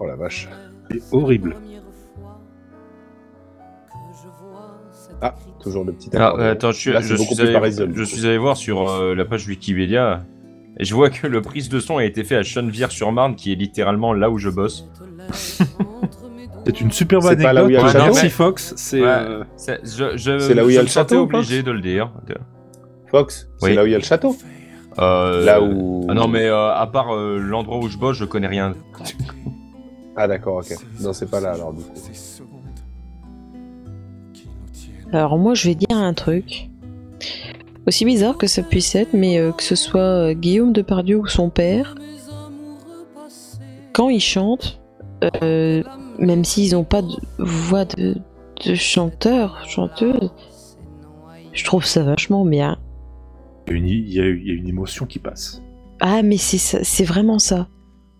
Speaker 4: Oh la vache.
Speaker 1: C'est horrible.
Speaker 4: Ah, toujours le petit
Speaker 2: Ah,
Speaker 4: accordéon.
Speaker 2: euh, attends, je suis,
Speaker 4: Là, c'est
Speaker 2: je,
Speaker 4: beaucoup
Speaker 2: suis
Speaker 4: plus
Speaker 2: allé,
Speaker 4: parisien, du
Speaker 2: je
Speaker 4: coup.
Speaker 2: suis allé voir sur euh, la page Wikipédia et je vois que le prise de son a été fait à Chenevière-sur-Marne, qui est littéralement là où je bosse.
Speaker 1: C'est une superbe
Speaker 4: C'est pas
Speaker 1: anecdote.
Speaker 4: là où il y a
Speaker 2: le
Speaker 1: de
Speaker 2: château
Speaker 1: Nancy Fox, c'est.
Speaker 2: Ouais.
Speaker 1: euh,
Speaker 2: C'est je- je-
Speaker 4: C'est là où il y
Speaker 2: je
Speaker 4: a
Speaker 2: me
Speaker 4: le
Speaker 2: sentais
Speaker 4: château,
Speaker 2: obligé de le dire.
Speaker 4: Fox, c'est
Speaker 2: Oui.
Speaker 4: là où il y a le château.
Speaker 2: Euh,
Speaker 4: Là où.
Speaker 2: Ah non, mais euh, à part euh, l'endroit où je bosse, je connais rien.
Speaker 4: Ah d'accord, ok. Non, c'est pas là alors du coup.
Speaker 7: Ces secondes qui nous tiennent.
Speaker 3: Alors moi je vais dire un truc. Aussi bizarre que ça puisse être, mais euh, que ce soit euh, Guillaume Depardieu ou son père, quand ils chantent, euh, même s'ils n'ont pas de voix de, de chanteur, chanteuse, je trouve ça vachement bien.
Speaker 1: Il y a une- il y, a- il y a une émotion qui passe.
Speaker 3: Ah, mais c'est ça, c'est vraiment ça.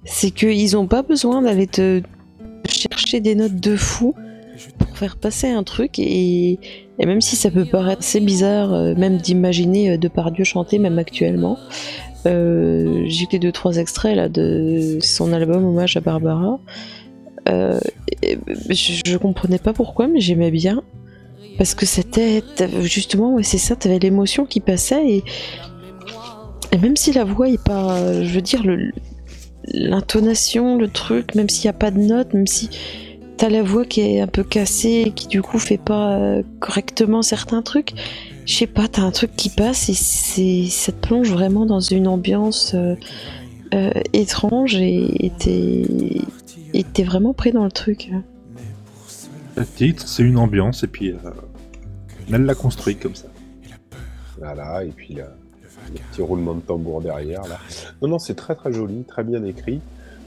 Speaker 3: C'est qu'ils n'ont pas besoin d'aller te chercher des notes de fou
Speaker 7: Et je
Speaker 3: pour faire passer un truc et, et même si ça peut paraître assez bizarre, euh, même d'imaginer euh, Depardieu chanter, même actuellement, euh, j'ai que les deux trois extraits là de son album Hommage à Barbara. Euh, et- je, je comprenais pas pourquoi, mais j'aimais bien parce que c'était t'avais- justement ouais c'est ça, t'avais l'émotion qui passait et, et même si la voix est pas, euh, je veux dire le l'intonation, le truc, même s'il n'y a pas de notes, même si t'as la voix qui est un peu cassée et qui du coup fait pas euh, correctement certains trucs. Je sais pas, t'as un truc qui passe et c'est, ça te plonge vraiment dans une ambiance euh, euh, étrange et et t'es, et t'es vraiment pris dans le truc.
Speaker 1: Le titre, c'est une ambiance, et puis euh, elle l'a construit comme ça.
Speaker 4: Voilà, et puis là, le petit roulement de tambour derrière. Là. Non, non, c'est très très joli, très bien écrit.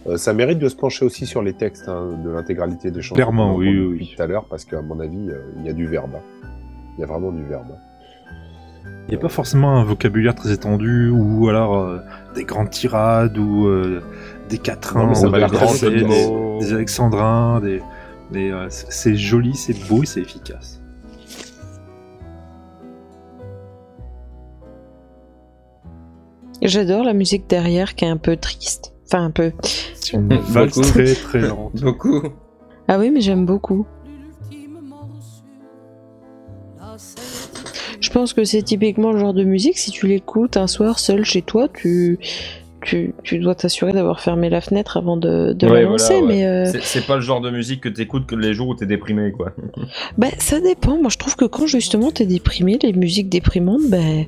Speaker 4: Euh, ça mérite de se pencher aussi sur les textes hein, de l'intégralité des chansons.
Speaker 1: Clairement,
Speaker 4: qu'on a
Speaker 1: oui,
Speaker 4: entendues
Speaker 1: oui,
Speaker 4: depuis
Speaker 1: oui.
Speaker 4: Tout à l'heure, parce qu'à mon avis, euh, il y a du verbe. hein. Il y a vraiment du verbe.
Speaker 1: Il n'y a pas forcément un vocabulaire très étendu, ou alors euh, des grandes tirades, ou euh, des
Speaker 4: Non,
Speaker 1: quatrains,
Speaker 4: mais ça
Speaker 1: ou
Speaker 4: m'a
Speaker 1: des,
Speaker 4: l'air très
Speaker 1: grands-
Speaker 4: joli.
Speaker 1: des- des-
Speaker 2: mots.
Speaker 1: des alexandrins, des, des, euh, c'est c'est joli, c'est beau et c'est efficace.
Speaker 3: J'adore la musique derrière qui est un peu triste. Enfin, un peu.
Speaker 1: C'est une valse
Speaker 2: Beaucoup.
Speaker 1: très très lente.
Speaker 2: Beaucoup.
Speaker 3: Ah oui, mais j'aime beaucoup. Je pense que c'est typiquement le genre de musique, si tu l'écoutes un soir seul chez toi, tu, tu, tu dois t'assurer d'avoir fermé la fenêtre avant de, de
Speaker 2: Ouais,
Speaker 3: la lancer.
Speaker 2: voilà, ouais.
Speaker 3: mais, euh,
Speaker 2: C'est- C'est pas le genre de musique que t'écoutes que les jours où t'es déprimé, quoi.
Speaker 3: Ben, ça dépend. Moi, je trouve que quand justement t'es déprimé, les musiques déprimantes, ben,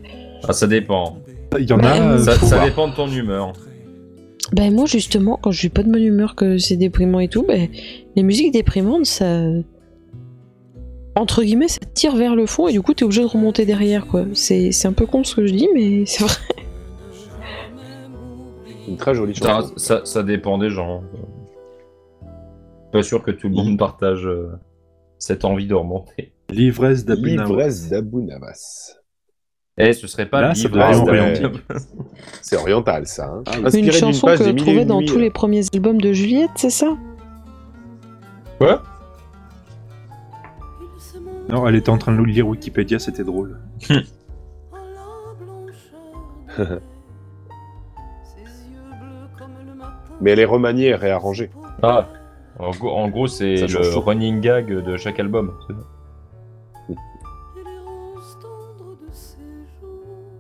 Speaker 2: Ah, ça dépend.
Speaker 1: Il y en a.
Speaker 3: Ouais,
Speaker 1: euh,
Speaker 2: Ça,
Speaker 1: faut
Speaker 2: ça
Speaker 1: voir.
Speaker 2: dépend de ton humeur.
Speaker 3: ben moi justement, quand je suis pas de bah, bonne humeur, que c'est déprimant et tout, ben, les musiques déprimantes, ça, entre guillemets, ça tire vers le fond et du coup, t'es obligé de remonter derrière, quoi. C'est c'est un peu con ce que je dis, mais c'est vrai.
Speaker 4: Une très jolie
Speaker 2: Putain,
Speaker 4: chanson.
Speaker 2: ça, ça dépend des gens. Pas sûr que tout le monde partage euh, cette envie de remonter.
Speaker 1: L'ivresse d'Abu Nawas.
Speaker 4: L'ivresse d'Abu Nawas.
Speaker 2: Eh, ce serait pas
Speaker 1: Là, ça
Speaker 2: l'ivresse
Speaker 4: devient
Speaker 2: d'Abu
Speaker 4: orienté.
Speaker 2: Nawas.
Speaker 4: C'est oriental, ça. hein.
Speaker 1: Ah oui.
Speaker 4: Inspiré
Speaker 3: Une
Speaker 4: d'une
Speaker 3: chanson
Speaker 4: page
Speaker 3: que
Speaker 4: des
Speaker 3: je
Speaker 4: Mille et
Speaker 3: trouvais
Speaker 4: Une
Speaker 3: dans
Speaker 4: Nuits, euh.
Speaker 3: tous les premiers albums de Juliette, c'est ça
Speaker 1: Non, elle était en train de lire Wikipédia, c'était drôle.
Speaker 4: Mais elle est remaniée et réarrangée.
Speaker 2: Ah, en, gros- en gros, c'est
Speaker 4: Ça change
Speaker 2: le
Speaker 4: tout.
Speaker 2: running gag de chaque album.
Speaker 5: Et les roses tendres de ces jours,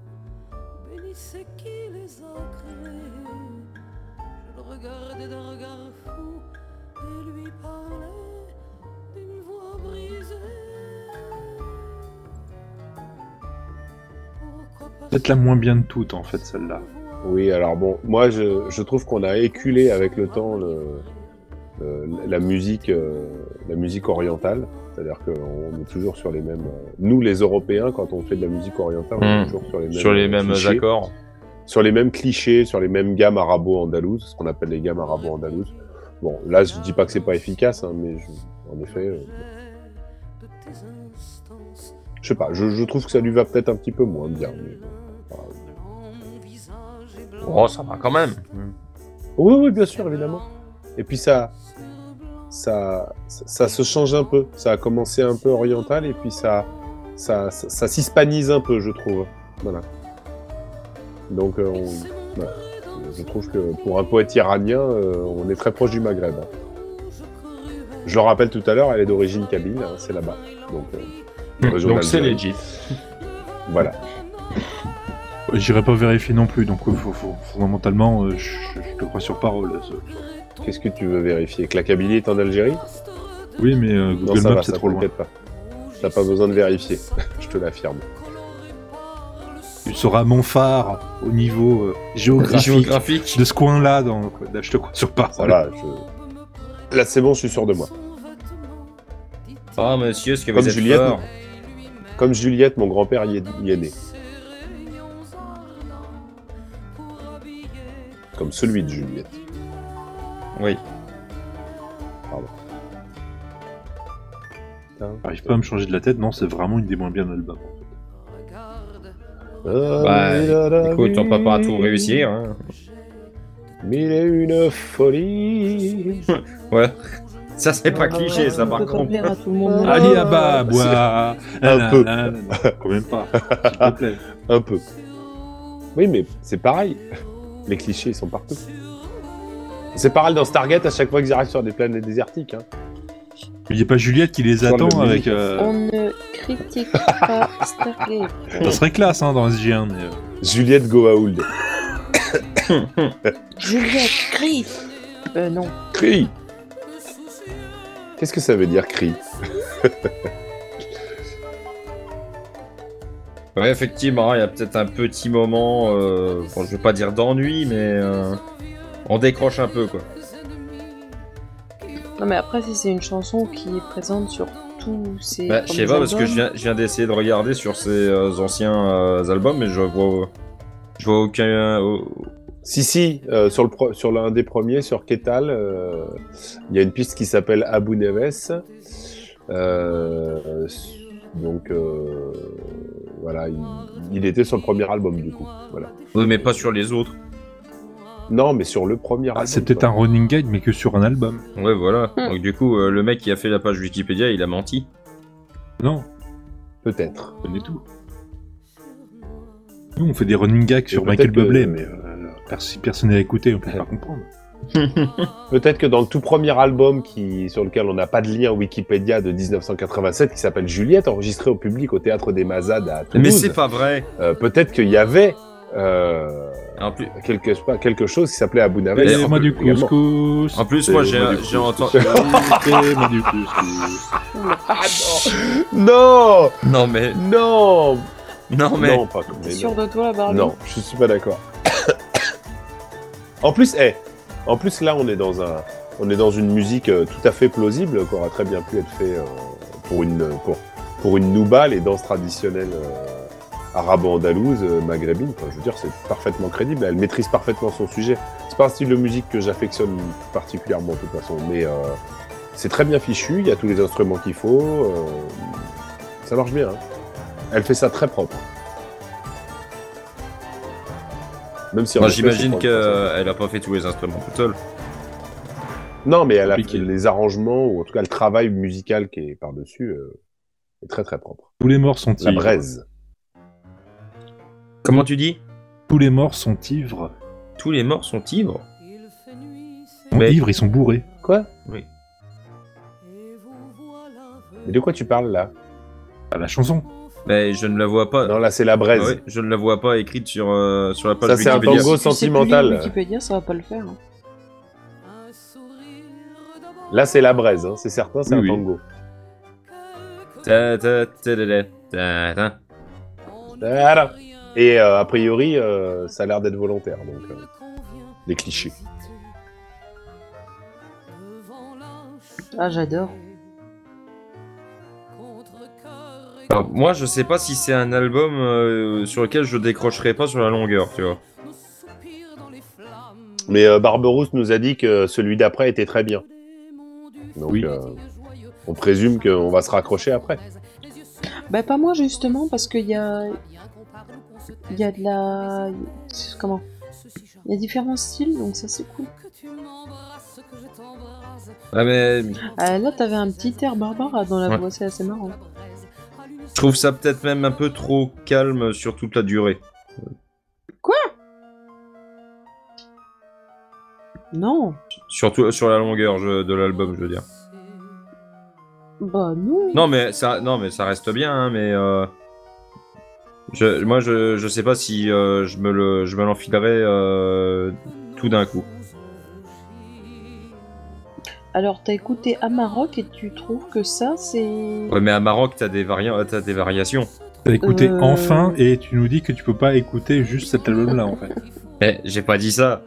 Speaker 5: bénissez qui les a créés. Je le regardais d'un regard fou et lui parlais d'une voix brisée. Pourquoi pas
Speaker 1: Peut-être la moins bien de toutes, en fait, celle-là.
Speaker 4: Oui, alors bon, moi je, je trouve qu'on a éculé avec le temps le, le- la musique, euh, la musique orientale. C'est-à-dire qu'on est toujours sur les mêmes. euh, Nous, les Européens, quand on fait de la musique orientale, on est
Speaker 2: Hmm.
Speaker 4: toujours sur les mêmes.
Speaker 2: Sur les
Speaker 4: euh,
Speaker 2: mêmes
Speaker 4: clichés,
Speaker 2: accords.
Speaker 4: Sur les mêmes clichés, sur les mêmes gammes arabo-andalouses, ce qu'on appelle les gammes arabo-andalouses. Bon, là, je dis pas que c'est pas efficace, hein, mais je- en effet, euh,
Speaker 5: de tes instances
Speaker 4: je sais pas. Je, je trouve que ça lui va peut-être un petit peu moins bien. mais bon, c'est pas grave.
Speaker 2: Oh, ça va quand même.
Speaker 4: Mmh. Oui, oui, bien sûr, évidemment. Et puis ça, ça, ça, ça se change un peu. Ça a commencé un peu oriental et puis ça, ça, ça, ça s'hispanise un peu, je trouve. Voilà. Donc, euh, on- voilà. je trouve que pour un poète iranien, euh, on est très proche du Maghreb. hein. Je le rappelle tout à l'heure, elle est d'origine kabyle, hein, c'est là-bas. Donc,
Speaker 1: Mmh.
Speaker 4: euh, région
Speaker 2: Donc c'est
Speaker 4: d'Algérie.
Speaker 2: legit.
Speaker 4: Voilà.
Speaker 1: J'irai pas vérifier non plus, donc euh, faut- faut- fondamentalement, euh, je, je te crois sur parole. ça.
Speaker 4: Qu'est-ce que tu veux vérifier Que la Kabylie est en Algérie
Speaker 1: Oui, mais euh,
Speaker 4: Non,
Speaker 1: Google
Speaker 4: ça va,
Speaker 1: Maps, c'est
Speaker 4: ça
Speaker 1: trop loin.
Speaker 4: t'inquiète pas. T'as pas besoin de vérifier, je te l'affirme.
Speaker 1: Tu sauras mon phare au niveau euh, géographique,
Speaker 2: Géographique.
Speaker 1: de ce coin-là, dans... là, je te crois sur parole.
Speaker 4: Voilà, je- là c'est bon, je suis sûr de moi.
Speaker 2: Ah, monsieur, ce que
Speaker 4: Comme
Speaker 2: vous êtes
Speaker 4: Juliette,
Speaker 2: fort.
Speaker 4: Comme Juliette, mon grand-père y, est- y est né. Comme celui de Juliette.
Speaker 2: Oui.
Speaker 4: Hein.
Speaker 1: J'arrive pas à me changer de la tête, non, c'est vraiment une des moins bien de l'album. en fait.
Speaker 2: Bah, Écoute, on peut pas tout réussir. Hein.
Speaker 4: Mille et une folie.
Speaker 2: Ouais. Ça, c'est pas cliché, ça, par
Speaker 3: peut pas
Speaker 2: contre.
Speaker 3: plaire à tout le monde.
Speaker 4: Ah,
Speaker 1: Allez à bas, bois
Speaker 4: Un peu.
Speaker 1: Quand même pas, s'il te plaît.
Speaker 4: Un peu. Oui, mais c'est pareil. Les clichés, ils sont partout. C'est pareil dans Stargate à chaque fois qu'ils arrivent sur des planètes désertiques. hein.
Speaker 1: Il n'y a pas Juliette qui les
Speaker 4: Sur le
Speaker 1: attend
Speaker 4: menu.
Speaker 1: avec... euh,
Speaker 3: On ne critique pas Stargate.
Speaker 1: Ça serait classe, hein, dans SG1, mais... euh,
Speaker 4: Juliette Goa'uld.
Speaker 3: Juliette, crie Euh, non.
Speaker 4: Cri Qu'est-ce que ça veut dire, cri
Speaker 2: Ouais, effectivement, il y a peut-être un petit moment, euh, bon, je veux pas dire d'ennui, mais euh, on décroche un peu, quoi.
Speaker 3: Non, mais après, si c'est une chanson qui est présente sur tous ces.
Speaker 2: Bah, je sais
Speaker 3: premiers
Speaker 2: pas, parce que
Speaker 3: albums,
Speaker 2: je viens, je viens d'essayer de regarder sur ces euh, anciens euh, albums, mais je vois, je vois aucun... euh, au-
Speaker 4: Si, si, euh, sur, le pro- sur l'un des premiers, sur Ketal, euh, il y a une piste qui s'appelle Abu Neves. Euh, donc, euh, voilà, il, il était sur le premier album, du coup. Voilà.
Speaker 2: Oui, mais pas sur les autres.
Speaker 4: Non, mais sur le premier
Speaker 1: ah,
Speaker 4: album.
Speaker 1: c'est peut-être
Speaker 4: quoi.
Speaker 1: un running gag, mais que sur un album.
Speaker 2: Ouais, voilà.
Speaker 3: Hmm.
Speaker 2: Donc du coup, euh, le mec qui a fait la page Wikipédia, il a menti.
Speaker 1: Non,
Speaker 4: Peut-être.
Speaker 1: on est tout. Nous, on fait des running gags sur
Speaker 4: Et
Speaker 1: Michael
Speaker 4: peut-être que-
Speaker 1: Bublé, mais euh, pers- si personne n'a écouté, on peut pas comprendre.
Speaker 4: Peut-être que dans le tout premier album qui, sur lequel on n'a pas de lien Wikipédia de 1987, qui s'appelle Juliette, enregistré au public au Théâtre des Mazades à Toulouse,
Speaker 2: Mais c'est pas vrai
Speaker 4: euh, peut-être qu'il y avait... euh,
Speaker 2: En plus,
Speaker 4: quelque, pas- quelque chose qui s'appelait Abu Nawas.
Speaker 2: Et
Speaker 1: Et moi du
Speaker 4: bah, également.
Speaker 1: couscous.
Speaker 2: en plus moi,
Speaker 1: Et
Speaker 2: j'ai
Speaker 1: moi du
Speaker 2: j'ai
Speaker 1: couscous.
Speaker 2: entendu...
Speaker 1: Et moi du couscous.
Speaker 4: Non
Speaker 2: Non mais...
Speaker 4: Non
Speaker 2: Non mais...
Speaker 4: Non, pas comme
Speaker 3: T'es
Speaker 4: mais
Speaker 3: sûr
Speaker 4: non.
Speaker 3: de toi, Barbie
Speaker 4: Non, je suis pas d'accord. en plus, eh, en plus là on est dans un on est dans une musique euh, tout à fait plausible qui aurait très bien pu être fait euh, pour une, pour, pour une nouba, les danses traditionnelles euh, arabo-andalouses, euh, maghrébines, enfin, je veux dire, c'est parfaitement crédible. Elle maîtrise parfaitement son sujet. C'est pas un style de musique que j'affectionne particulièrement, de toute façon, mais euh, c'est très bien fichu, il y a tous les instruments qu'il faut, euh, ça marche bien. hein. Elle fait ça très propre. Même si en
Speaker 2: Moi,
Speaker 4: effet, c'est
Speaker 2: j'imagine
Speaker 4: propre, ça.
Speaker 2: qu'elle a pas fait tous les instruments toute seule.
Speaker 4: Non, mais elle a
Speaker 1: Compliqué.
Speaker 4: les arrangements, ou en tout cas le travail musical qui est par-dessus, euh, est très très propre.
Speaker 1: Tous les morts sont
Speaker 4: La
Speaker 1: ivres.
Speaker 4: braise.
Speaker 2: Comment tu dis
Speaker 1: Tous les morts sont ivres.
Speaker 2: Tous les morts sont ivres
Speaker 5: Il fait nuit, c'est
Speaker 1: Ils sont
Speaker 2: Mais-
Speaker 1: ivres, ils sont bourrés.
Speaker 4: Quoi
Speaker 2: Oui.
Speaker 5: Et vous voilà
Speaker 4: Mais de quoi tu parles là
Speaker 1: À la chanson.
Speaker 2: Mais je ne la vois pas.
Speaker 4: Non, là c'est la
Speaker 2: Ah
Speaker 4: braise.
Speaker 2: ouais, je ne la vois pas écrite sur, euh, sur la page
Speaker 4: Ça, c'est un
Speaker 2: Wikipédia.
Speaker 4: tango. sentimental.
Speaker 3: Si tu sais plus lire Wikipédia, ça va pas le faire. hein.
Speaker 5: Un sourire d'abord.
Speaker 4: Là c'est la braise, hein, c'est certain, c'est
Speaker 2: Oui,
Speaker 4: un
Speaker 2: oui.
Speaker 4: tango.
Speaker 2: Ta, ta, ta, da, da, ta, ta.
Speaker 4: Voilà. Et euh, a priori, euh, ça a l'air d'être volontaire, donc euh, des clichés.
Speaker 3: Ah, j'adore.
Speaker 2: Alors, moi, je sais pas si c'est un album euh, sur lequel je décrocherai pas sur la longueur, tu vois.
Speaker 4: Mais euh, Barberousse nous a dit que celui d'après était très bien. Donc
Speaker 1: Oui.
Speaker 4: euh, on présume qu'on va se raccrocher après.
Speaker 3: Bah, pas moi, justement, parce qu'il y a... il y a de la. Comment Il y a différents styles, donc ça, c'est cool.
Speaker 2: Ah, mais
Speaker 3: Ah, là, t'avais un petit air barbare dans la
Speaker 2: Ouais.
Speaker 3: voix, c'est assez marrant.
Speaker 2: je trouve ça peut-être même un peu trop calme sur toute la durée.
Speaker 3: Non
Speaker 2: Surtout euh, sur la longueur je- de l'album, je veux dire.
Speaker 3: Bah, non
Speaker 2: Non, mais ça, non, mais ça reste bien, hein, mais. euh, je, moi, je, je sais pas si euh, je me le- je me l'enfilerai euh, tout d'un coup.
Speaker 3: Alors, t'as écouté Amarok et tu trouves que ça, c'est.
Speaker 2: Ouais, mais à Maroc, t'as des, variants, t'as des variations.
Speaker 1: T'as écouté
Speaker 3: Euh.
Speaker 1: enfin et tu nous dis que tu peux pas écouter juste cet album-là en fait.
Speaker 2: Eh, j'ai pas dit ça.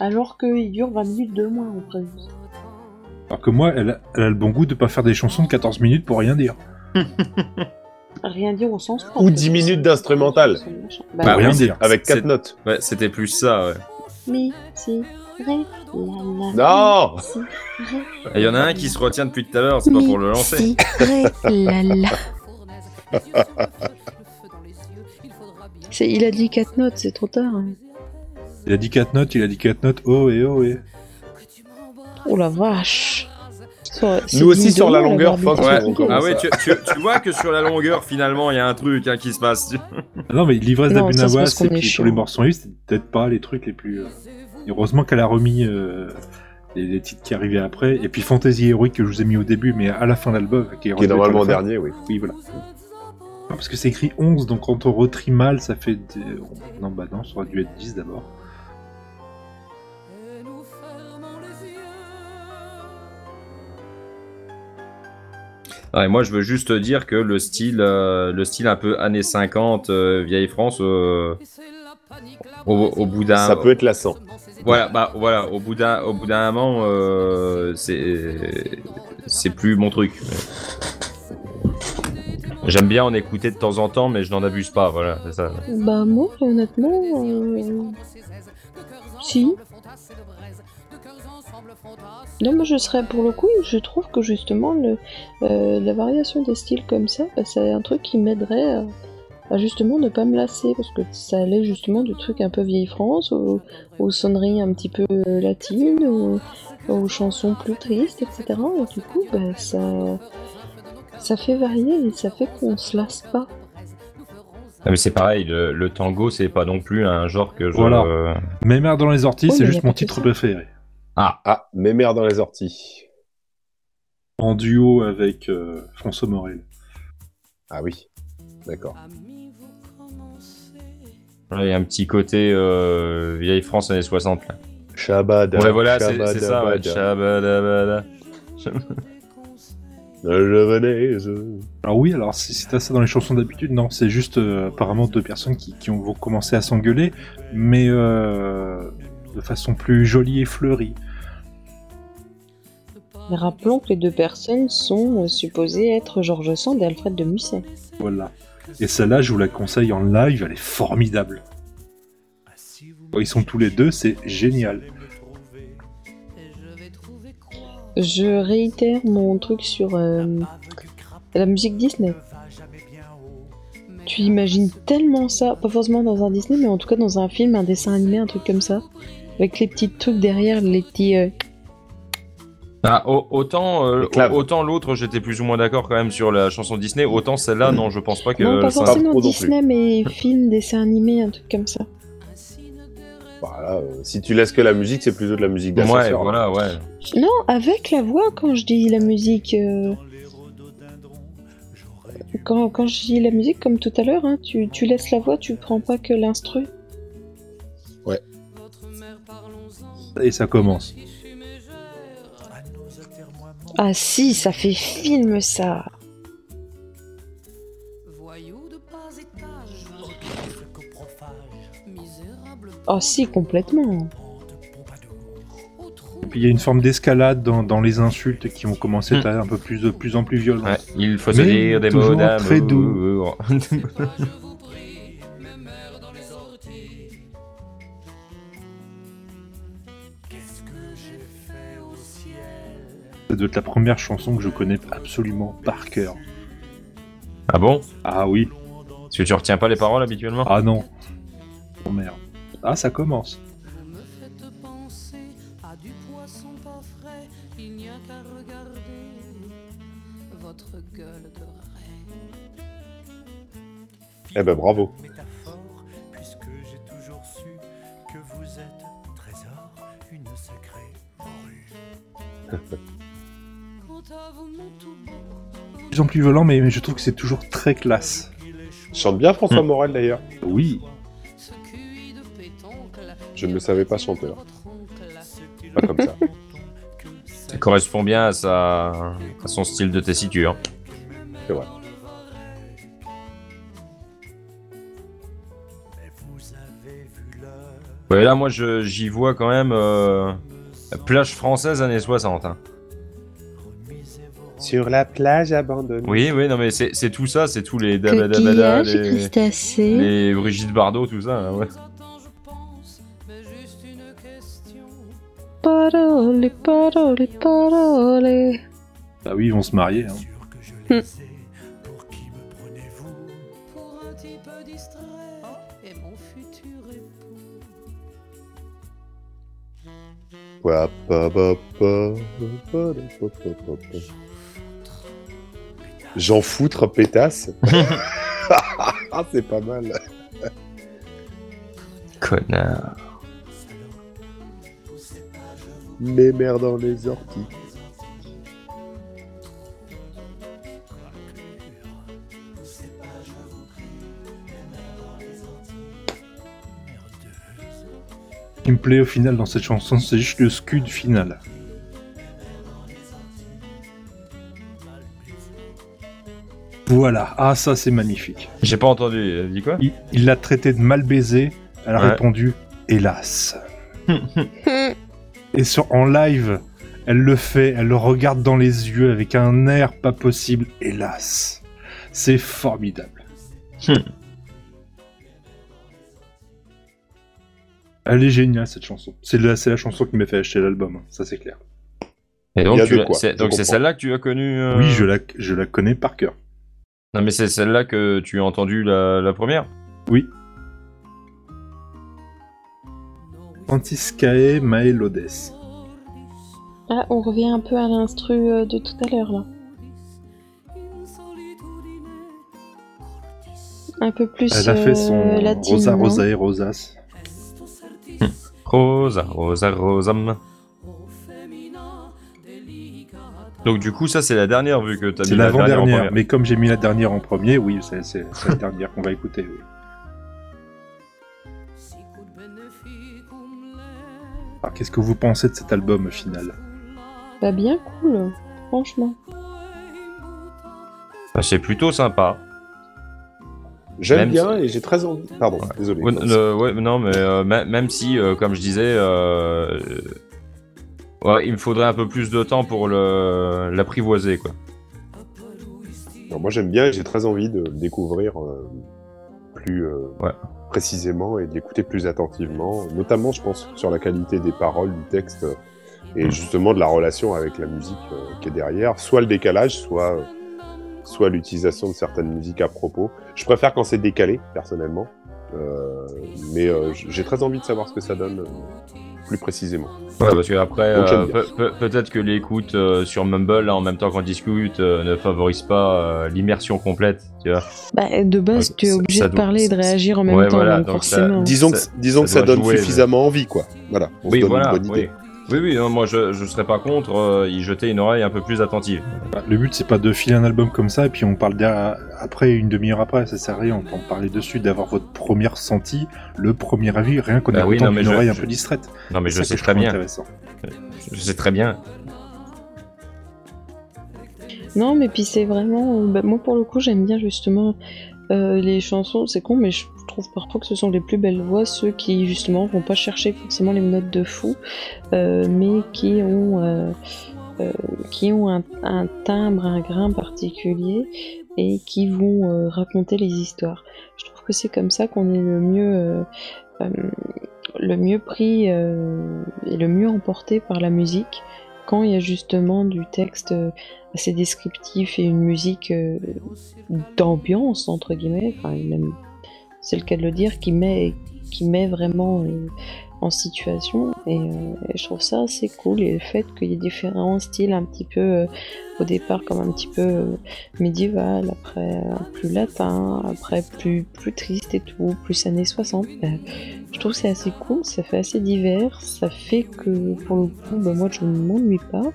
Speaker 3: Alors qu'il dure 20 minutes de moins, en vrai.
Speaker 1: Alors que moi, elle a, elle a le bon goût de pas faire des chansons de 14 minutes pour rien dire.
Speaker 3: Rien dire au sens propre.
Speaker 4: Ou 10 minutes d'instrumental
Speaker 3: Bah,
Speaker 1: Pour rien
Speaker 2: oui,
Speaker 1: dire.
Speaker 4: avec
Speaker 2: C'est-
Speaker 4: quatre notes.
Speaker 2: Ouais, c'était plus ça, ouais.
Speaker 3: Mi, si, ré, la, la,
Speaker 4: Non,
Speaker 3: mi, si, ré.
Speaker 2: Il y en a un qui se retient depuis tout à l'heure, c'est pas pour le lancer.
Speaker 3: C'est- il a dit quatre notes, c'est trop tard, hein.
Speaker 1: Il a dit 4 notes, il a dit 4 notes, oh et oh et.
Speaker 3: Oh la vache Sur- c'est
Speaker 4: Nous aussi
Speaker 3: Guido,
Speaker 4: sur la
Speaker 3: on
Speaker 4: longueur,
Speaker 3: l'avoir
Speaker 4: Fox,
Speaker 3: bien
Speaker 2: Ouais.
Speaker 4: on
Speaker 3: expliqué.
Speaker 2: Ah
Speaker 4: commence
Speaker 2: ouais, tu,
Speaker 4: à-
Speaker 2: tu- tu vois que sur la longueur, finalement, il y a un truc hein, qui se passe.
Speaker 1: Ah Non mais l'ivresse
Speaker 3: Non, ça, c'est
Speaker 1: d'Abunawa,
Speaker 3: parce qu'on
Speaker 1: c'est
Speaker 3: est
Speaker 1: puis
Speaker 3: chiant.
Speaker 1: sur les morceaux livres, c'est peut-être pas les trucs les plus. euh, Heureusement qu'elle a remis euh, les, les titres qui arrivaient après. Et puis Fantasy Heroic que je vous ai mis au début, mais à la fin de l'album, qui est,
Speaker 4: qui est
Speaker 1: revenu
Speaker 4: normalement
Speaker 1: à la fin.
Speaker 4: dernier, oui.
Speaker 1: Oui, voilà. Non, parce que c'est écrit 11, donc quand on retrie mal, ça fait. des- Non, bah non, ça aurait dû être 10 d'abord.
Speaker 2: Ouais, moi, je veux juste dire que le style, euh, le style un peu années 50, euh, vieille France, euh, au, au bout d'un.
Speaker 4: Ça peut être lassant.
Speaker 2: Voilà, bah voilà, au bout d'un, au bout d'un moment, euh, c'est, c'est plus mon truc. J'aime bien en écouter de temps en temps, mais je n'en abuse pas, voilà, c'est ça.
Speaker 3: Bah moi, honnêtement, euh, si. Non, moi je serais pour le coup, je trouve que justement le, euh, la variation des styles comme ça, bah, c'est un truc qui m'aiderait à, à justement ne pas me lasser, parce que ça allait justement du truc un peu vieille France, aux, aux sonneries un petit peu euh, latines, aux, aux chansons plus tristes, etc. Et du coup, bah, ça, ça fait varier et ça fait qu'on se lasse pas.
Speaker 2: Ah, mais c'est pareil, le, le tango, c'est pas non plus un genre que je. euh,
Speaker 1: Voilà. Mes mères dans les orties,
Speaker 3: Oui,
Speaker 1: c'est
Speaker 3: Oh, mais
Speaker 1: juste
Speaker 3: il y a
Speaker 1: mon
Speaker 3: pas que
Speaker 1: titre
Speaker 3: ça.
Speaker 1: préféré.
Speaker 4: Ah, mes mères dans les orties.
Speaker 1: En duo avec euh, François Morel.
Speaker 4: Ah oui, d'accord.
Speaker 2: Ouais, Il y a un petit côté euh, vieille France années 60. Là.
Speaker 4: Shabada.
Speaker 2: Ouais, voilà, c'est
Speaker 4: shabada,
Speaker 2: c'est ça. Ouais.
Speaker 4: bada.
Speaker 2: Shabadabada.
Speaker 4: Euh, Je venais, je-
Speaker 1: Alors oui, alors si si t'as ça dans les chansons d'habitude, non, c'est juste euh, apparemment deux personnes qui, qui ont, vont commencer à s'engueuler, mais euh, de façon plus jolie et fleurie.
Speaker 3: Mais Rappelons que les deux personnes sont euh, supposées être Georges Sand et Alfred de Musset.
Speaker 1: Voilà. Et celle-là, je vous la conseille en live, elle est formidable. Oh, Ils sont tous les deux, c'est génial.
Speaker 3: Je réitère mon truc sur euh, la musique Disney. Tu imagines tellement ça, pas forcément dans un Disney, mais en tout cas dans un film, un dessin animé, un truc comme ça, avec les petits trucs derrière, les petits. euh,
Speaker 2: Ah, au- autant euh,
Speaker 4: Les claves.
Speaker 2: autant l'autre, j'étais plus ou moins d'accord quand même sur la chanson Disney. Autant celle-là, non, je pense pas que.
Speaker 3: non, pas
Speaker 2: ça-
Speaker 4: pas
Speaker 3: forcément
Speaker 4: trop non
Speaker 3: Disney, mais film, dessin animé, un truc comme ça.
Speaker 4: Bah, là, euh, si tu laisses que la musique, c'est plutôt de la musique
Speaker 2: Ouais,
Speaker 4: d'ascenseur.
Speaker 2: voilà, ouais.
Speaker 3: Non, avec la voix quand je dis la musique. euh, Quand, quand je dis la musique, comme tout à l'heure, hein, tu, tu laisses la voix, tu prends pas que l'instru.
Speaker 2: Bah.
Speaker 1: Et ça commence.
Speaker 3: Ah si, ça fait film ça
Speaker 5: Voyou de pas étage, misérable
Speaker 3: Oh si, complètement
Speaker 5: au trou.
Speaker 1: Puis il y a une forme d'escalade dans, dans les insultes qui ont commencé
Speaker 2: Hmm.
Speaker 1: à être un peu plus de plus en plus violentes.
Speaker 2: Ouais, il faut se
Speaker 1: Mais
Speaker 2: dire des mots
Speaker 1: toujours
Speaker 2: d'amour.
Speaker 1: très
Speaker 5: Je vous prie, me meurs dans les orties. Qu'est-ce que j'ai fait au ciel
Speaker 1: Ça doit être la première chanson que je connais absolument par cœur.
Speaker 2: Ah bon
Speaker 1: Ah oui.
Speaker 2: Parce que tu retiens pas les paroles habituellement
Speaker 1: Ah non. Oh merde. Ah, ça commence.
Speaker 5: Vous me faites penser à du poisson pas frais, il n'y a qu'à regarder votre gueule de raie.
Speaker 4: Eh ben bravo.
Speaker 7: Métaphore, puisque j'ai toujours su que vous êtes trésor, une sacrée morue.
Speaker 5: Quant à vous, mon tout beau,
Speaker 1: De plus en plus violent, mais, mais je trouve que c'est toujours très classe.
Speaker 4: Chante bien
Speaker 2: Hmm.
Speaker 4: François Morel d'ailleurs.
Speaker 1: Oui.
Speaker 5: ce QI de pétoncle.
Speaker 4: Je ne le savais pas chanteur.
Speaker 5: votre oncle.
Speaker 4: Pas comme ça.
Speaker 2: Ça correspond bien à, sa... à son style de tessiture.
Speaker 4: C'est vrai.
Speaker 2: Ouais, là, moi, je- j'y vois quand même euh, plage française années 60. hein.
Speaker 4: Sur la plage abandonnée.
Speaker 2: Oui, oui, non, mais c'est c'est tout ça, c'est tous les dabadabada,
Speaker 3: Coquillage,
Speaker 2: les,
Speaker 3: crustacés...
Speaker 2: les Brigitte Bardot, tout ça. là, ouais.
Speaker 5: Attends, je pense, mais juste une question.
Speaker 3: Parole, parole, parole.
Speaker 1: Bah oui, ils vont se marier. hein.
Speaker 7: Sûr que je les sais, pour qui me prenez-vous
Speaker 5: Pour un type distrait
Speaker 3: Oh.
Speaker 5: et mon futur époux.
Speaker 4: Pa, pa, pa, pa, pa, pa, pa, pa, pa. J'en foutre pétasse. ah, c'est pas mal.
Speaker 2: Connard.
Speaker 4: Mes mères dans les orties.
Speaker 1: Ce qui me plaît au final dans cette chanson, c'est juste le scud final. Voilà. Ah, ça, c'est magnifique.
Speaker 2: J'ai pas entendu, il a dit quoi
Speaker 1: Il il l'a traité de mal baiser. Elle a
Speaker 2: Ouais.
Speaker 1: répondu Hélas. Et sur, en live, elle le fait, elle le regarde dans les yeux avec un air pas possible, hélas. C'est formidable.
Speaker 2: Hmm.
Speaker 1: elle est géniale cette chanson. C'est la, c'est la chanson qui m'a fait acheter l'album, hein, ça c'est clair.
Speaker 2: Et
Speaker 4: Il y
Speaker 2: donc,
Speaker 4: a
Speaker 2: tu
Speaker 4: de
Speaker 2: l'as-
Speaker 4: quoi,
Speaker 2: c'est
Speaker 4: je
Speaker 2: donc c'est
Speaker 4: comprends.
Speaker 2: celle-là que tu as connue euh,
Speaker 1: Oui, je la, je la connais par cœur.
Speaker 2: Non, mais c'est celle-là que tu as entendu la, la première
Speaker 1: Oui. Franciscae Maelodes.
Speaker 3: Ah, on revient un peu à l'instru euh, de tout à l'heure là. Un peu plus
Speaker 1: Elle a fait son
Speaker 3: euh, latine,
Speaker 1: Rosa
Speaker 3: non
Speaker 1: Rosae Rosas.
Speaker 3: Ah.
Speaker 2: Rosa, Rosa, Rosam. Donc du coup, ça c'est la dernière vu que t'as mis
Speaker 1: C'est
Speaker 2: la dernière. en
Speaker 1: l'avant-dernière,
Speaker 2: première.
Speaker 1: mais comme j'ai mis la dernière en premier, oui, c'est c'est- c'est la dernière qu'on va écouter. oui. Alors qu'est-ce que vous pensez de cet album au final
Speaker 3: Bah bien cool, franchement.
Speaker 2: Bah, c'est plutôt sympa.
Speaker 4: J'aime
Speaker 2: Même
Speaker 4: bien
Speaker 2: si-
Speaker 4: et j'ai très envie. Pardon, désolé.
Speaker 2: Ouais, euh, ouais, non, mais euh, mê- même si, euh, comme je disais, euh, Ouais, il me faudrait un peu plus de temps pour le l'apprivoiser, quoi.
Speaker 4: Non, moi j'aime bien et j'ai très envie de le découvrir euh, plus euh,
Speaker 2: Ouais.
Speaker 4: précisément et de l'écouter plus attentivement, notamment je pense sur la qualité des paroles, du texte euh,
Speaker 2: Mm.
Speaker 4: et justement de la relation avec la musique euh, qui est derrière, soit le décalage, soit, euh, soit l'utilisation de certaines musiques à propos. Je préfère quand c'est décalé, personnellement, euh, mais euh, j- j'ai très envie de savoir ce que ça donne euh, plus précisément.
Speaker 2: Ouais, parce que après,
Speaker 4: Donc, j'aime
Speaker 2: euh,
Speaker 4: bien.
Speaker 2: peut- peut- peut-être que l'écoute euh, sur Mumble, là, en même temps qu'on discute, euh, ne favorise pas euh, l'immersion complète, tu vois.
Speaker 3: Bah, de base,
Speaker 2: Ouais,
Speaker 3: tu es
Speaker 2: ça-
Speaker 3: obligé
Speaker 2: ça
Speaker 3: de
Speaker 2: doit-
Speaker 3: parler et de réagir en même
Speaker 2: Ouais,
Speaker 3: temps,
Speaker 2: voilà,
Speaker 3: donc
Speaker 2: donc ça-
Speaker 3: forcément.
Speaker 4: Disons que,
Speaker 2: Ça-
Speaker 4: disons que
Speaker 2: ça
Speaker 4: ça
Speaker 2: doit
Speaker 4: donne
Speaker 2: jouer, mais-
Speaker 4: suffisamment envie, quoi. Voilà, on se donne une bonne
Speaker 2: oui.
Speaker 4: idée.
Speaker 2: Oui, oui, non, moi, je, je serais par contre euh, y jeter une oreille un peu plus attentive.
Speaker 1: Bah, le but, c'est pas de filer un album comme ça et puis on parle derrière- après, une demi-heure après, ça sert à rien d'en parler dessus, d'avoir votre première ressenti, le premier avis, rien qu'en
Speaker 2: Bah oui,
Speaker 1: écoutant
Speaker 2: non, mais
Speaker 1: une
Speaker 2: je-
Speaker 1: oreille un
Speaker 2: je-
Speaker 1: peu distraite.
Speaker 2: Non, mais
Speaker 1: C'est
Speaker 2: je
Speaker 1: ça
Speaker 2: sais
Speaker 1: que
Speaker 2: très
Speaker 1: trouve
Speaker 2: bien.
Speaker 1: intéressant.
Speaker 2: Je sais très bien.
Speaker 3: Non, mais puis c'est vraiment. bah, moi, pour le coup, j'aime bien justement euh, les chansons. C'est con, mais je trouve parfois que ce sont les plus belles voix, ceux qui justement vont pas chercher forcément les notes de fou, euh, mais qui ont, euh, euh, qui ont un, un timbre, un grain particulier et qui vont euh, raconter les histoires. Je trouve que c'est comme ça qu'on est le mieux. euh, euh, le mieux pris euh, et le mieux emporté par la musique quand il y a justement du texte euh, assez descriptif et une musique euh, d'ambiance entre guillemets, enfin même c'est le cas de le dire, qui met qui met vraiment euh, en situation et, euh, et je trouve ça assez cool et le fait qu'il y ait différents styles un petit peu euh, au départ comme un petit peu euh, médiéval, après euh, plus latin, après plus plus triste et tout, plus années 60. bah, je trouve que c'est assez cool, ça fait assez divers, ça fait que pour le coup, bah, moi je ne m'ennuie pas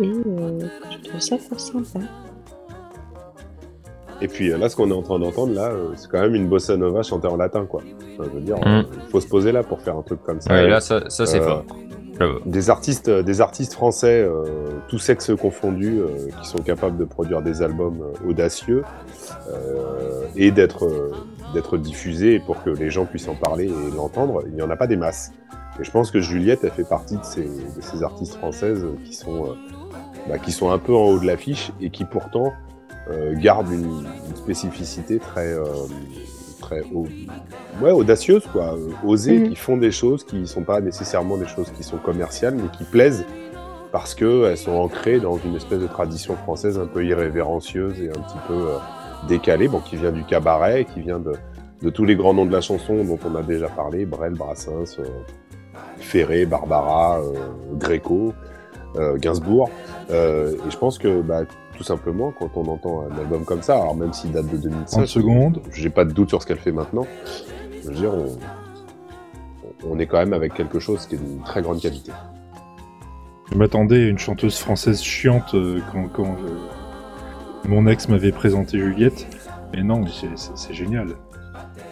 Speaker 3: et euh, je trouve ça fort sympa.
Speaker 4: Et puis euh, là, ce qu'on est en train d'entendre, là, euh, c'est quand même une bossa nova chantée en latin, quoi. Enfin, je veux dire,
Speaker 2: Mm.
Speaker 4: euh, faut se poser là pour faire un truc comme ça.
Speaker 2: Ouais, là, ça, ça c'est
Speaker 4: Euh,
Speaker 2: fort. J'avoue.
Speaker 4: Des artistes, euh, des artistes français, euh, tous sexes confondus, euh, qui sont capables de produire des albums euh, audacieux euh, et d'être euh, d'être diffusés pour que les gens puissent en parler et l'entendre. Il n'y en a pas des masses. Et je pense que Juliette, elle fait partie de ces, de ces artistes françaises euh, qui sont euh, bah, qui sont un peu en haut de l'affiche et qui pourtant euh, gardent une, une spécificité très, euh, très au- ouais, audacieuse, quoi, euh, osée,
Speaker 3: Mhm.
Speaker 4: qui font des choses qui ne sont pas nécessairement des choses qui sont commerciales, mais qui plaisent parce qu'elles sont ancrées dans une espèce de tradition française un peu irrévérencieuse et un petit peu euh, décalée, bon, qui vient du cabaret, qui vient de, de tous les grands noms de la chanson dont on a déjà parlé, Brel, Brassens, euh, Ferré, Barbara, euh, Gréco, euh, Gainsbourg. Euh, et je pense que bah, tout simplement, quand on entend un album comme ça, alors même s'il date de 2005,
Speaker 1: 30 secondes.
Speaker 4: j'ai pas de doute sur ce qu'elle fait maintenant. Je veux dire, on, on est quand même avec quelque chose qui est d'une très grande qualité.
Speaker 1: Je m'attendais à une chanteuse française chiante euh, quand, quand, euh, mon ex m'avait présenté Juliette. Mais non, mais c'est- c'est c'est génial.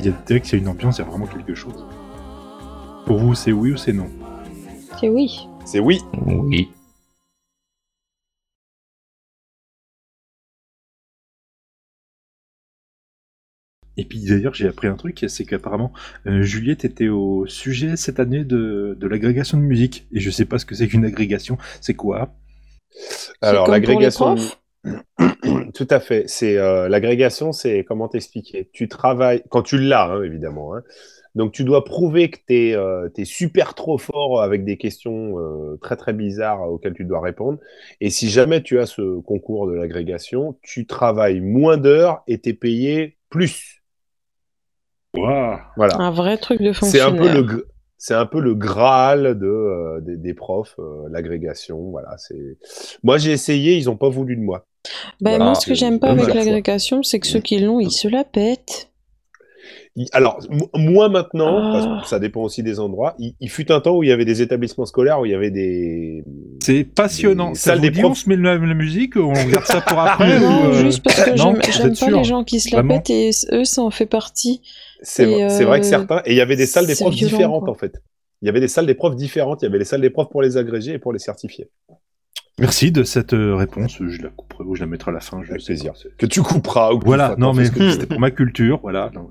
Speaker 1: Il y a des textes, il y a une ambiance, il y a vraiment quelque chose. Pour vous, c'est oui ou c'est non
Speaker 3: C'est oui,
Speaker 4: C'est oui.
Speaker 6: Oui.
Speaker 1: Et puis d'ailleurs, j'ai appris un truc, c'est qu'apparemment, euh, Juliette était au sujet cette année de, de l'agrégation de musique. Et je sais pas ce que c'est qu'une agrégation, c'est quoi
Speaker 4: Alors
Speaker 3: comme pour les
Speaker 4: l'agrégation.
Speaker 3: profs
Speaker 4: Tout à fait. C'est euh, l'agrégation, c'est comment t'expliquer. Tu travailles quand tu l'as, hein, évidemment. hein. Donc tu dois prouver que t'es euh, t'es super trop fort avec des questions euh, très très bizarres auxquelles tu dois répondre. Et si jamais tu as ce concours de l'agrégation, tu travailles moins d'heures et t'es payé plus.
Speaker 1: Waouh
Speaker 4: Voilà.
Speaker 3: un vrai truc de
Speaker 4: C'est
Speaker 3: fonctionnaire.
Speaker 4: un peu le gr- c'est un peu le graal de euh, des, des profs, euh, l'agrégation. Voilà. C'est moi j'ai essayé, ils ont pas voulu de moi.
Speaker 3: Bah,
Speaker 4: Voilà,
Speaker 3: moi, ce que
Speaker 4: c'est-
Speaker 3: j'aime pas
Speaker 4: c'est
Speaker 3: avec
Speaker 4: plusieurs fois.
Speaker 3: l'agrégation, c'est que ceux qui l'ont, ils se la pètent.
Speaker 4: Il- Alors, mo- moins maintenant,
Speaker 3: Ah.
Speaker 4: parce que ça dépend aussi des endroits. Il, il fut un temps où il y avait des établissements scolaires, où il y avait des...
Speaker 1: C'est passionnant.
Speaker 4: Des
Speaker 1: Ça
Speaker 4: salles
Speaker 1: vous
Speaker 4: des
Speaker 1: dit,
Speaker 4: profs.
Speaker 1: on se met la, la musique, on regarde ça pour après
Speaker 3: non,
Speaker 1: ou, euh,
Speaker 3: juste parce que
Speaker 1: non,
Speaker 3: j'aime-
Speaker 1: vous
Speaker 3: j'aime
Speaker 1: êtes
Speaker 3: pas
Speaker 1: sûr
Speaker 3: les gens qui se la
Speaker 1: Vraiment
Speaker 3: pètent et eux, ça en fait partie.
Speaker 4: C'est
Speaker 3: Et,
Speaker 4: v- c'est vrai que
Speaker 3: euh,
Speaker 4: certains... Et il y avait des salles des
Speaker 3: c'est
Speaker 4: profs
Speaker 3: violent,
Speaker 4: différentes,
Speaker 3: quoi.
Speaker 4: en fait. Il y avait des salles des profs différentes. Il y avait les salles des profs pour les agrégés et pour les certifiés.
Speaker 1: Merci de cette euh, réponse. Je la couperai ou je la mettrai à la fin. Je
Speaker 4: Avec
Speaker 1: sais
Speaker 4: plaisir.
Speaker 1: pas, c'est-
Speaker 4: Que tu couperas ou que tu
Speaker 1: Voilà,
Speaker 4: feras,
Speaker 1: non
Speaker 4: t'en
Speaker 1: mais hmm.
Speaker 4: fais ce que tu
Speaker 1: c'était pour ma culture, voilà. Non,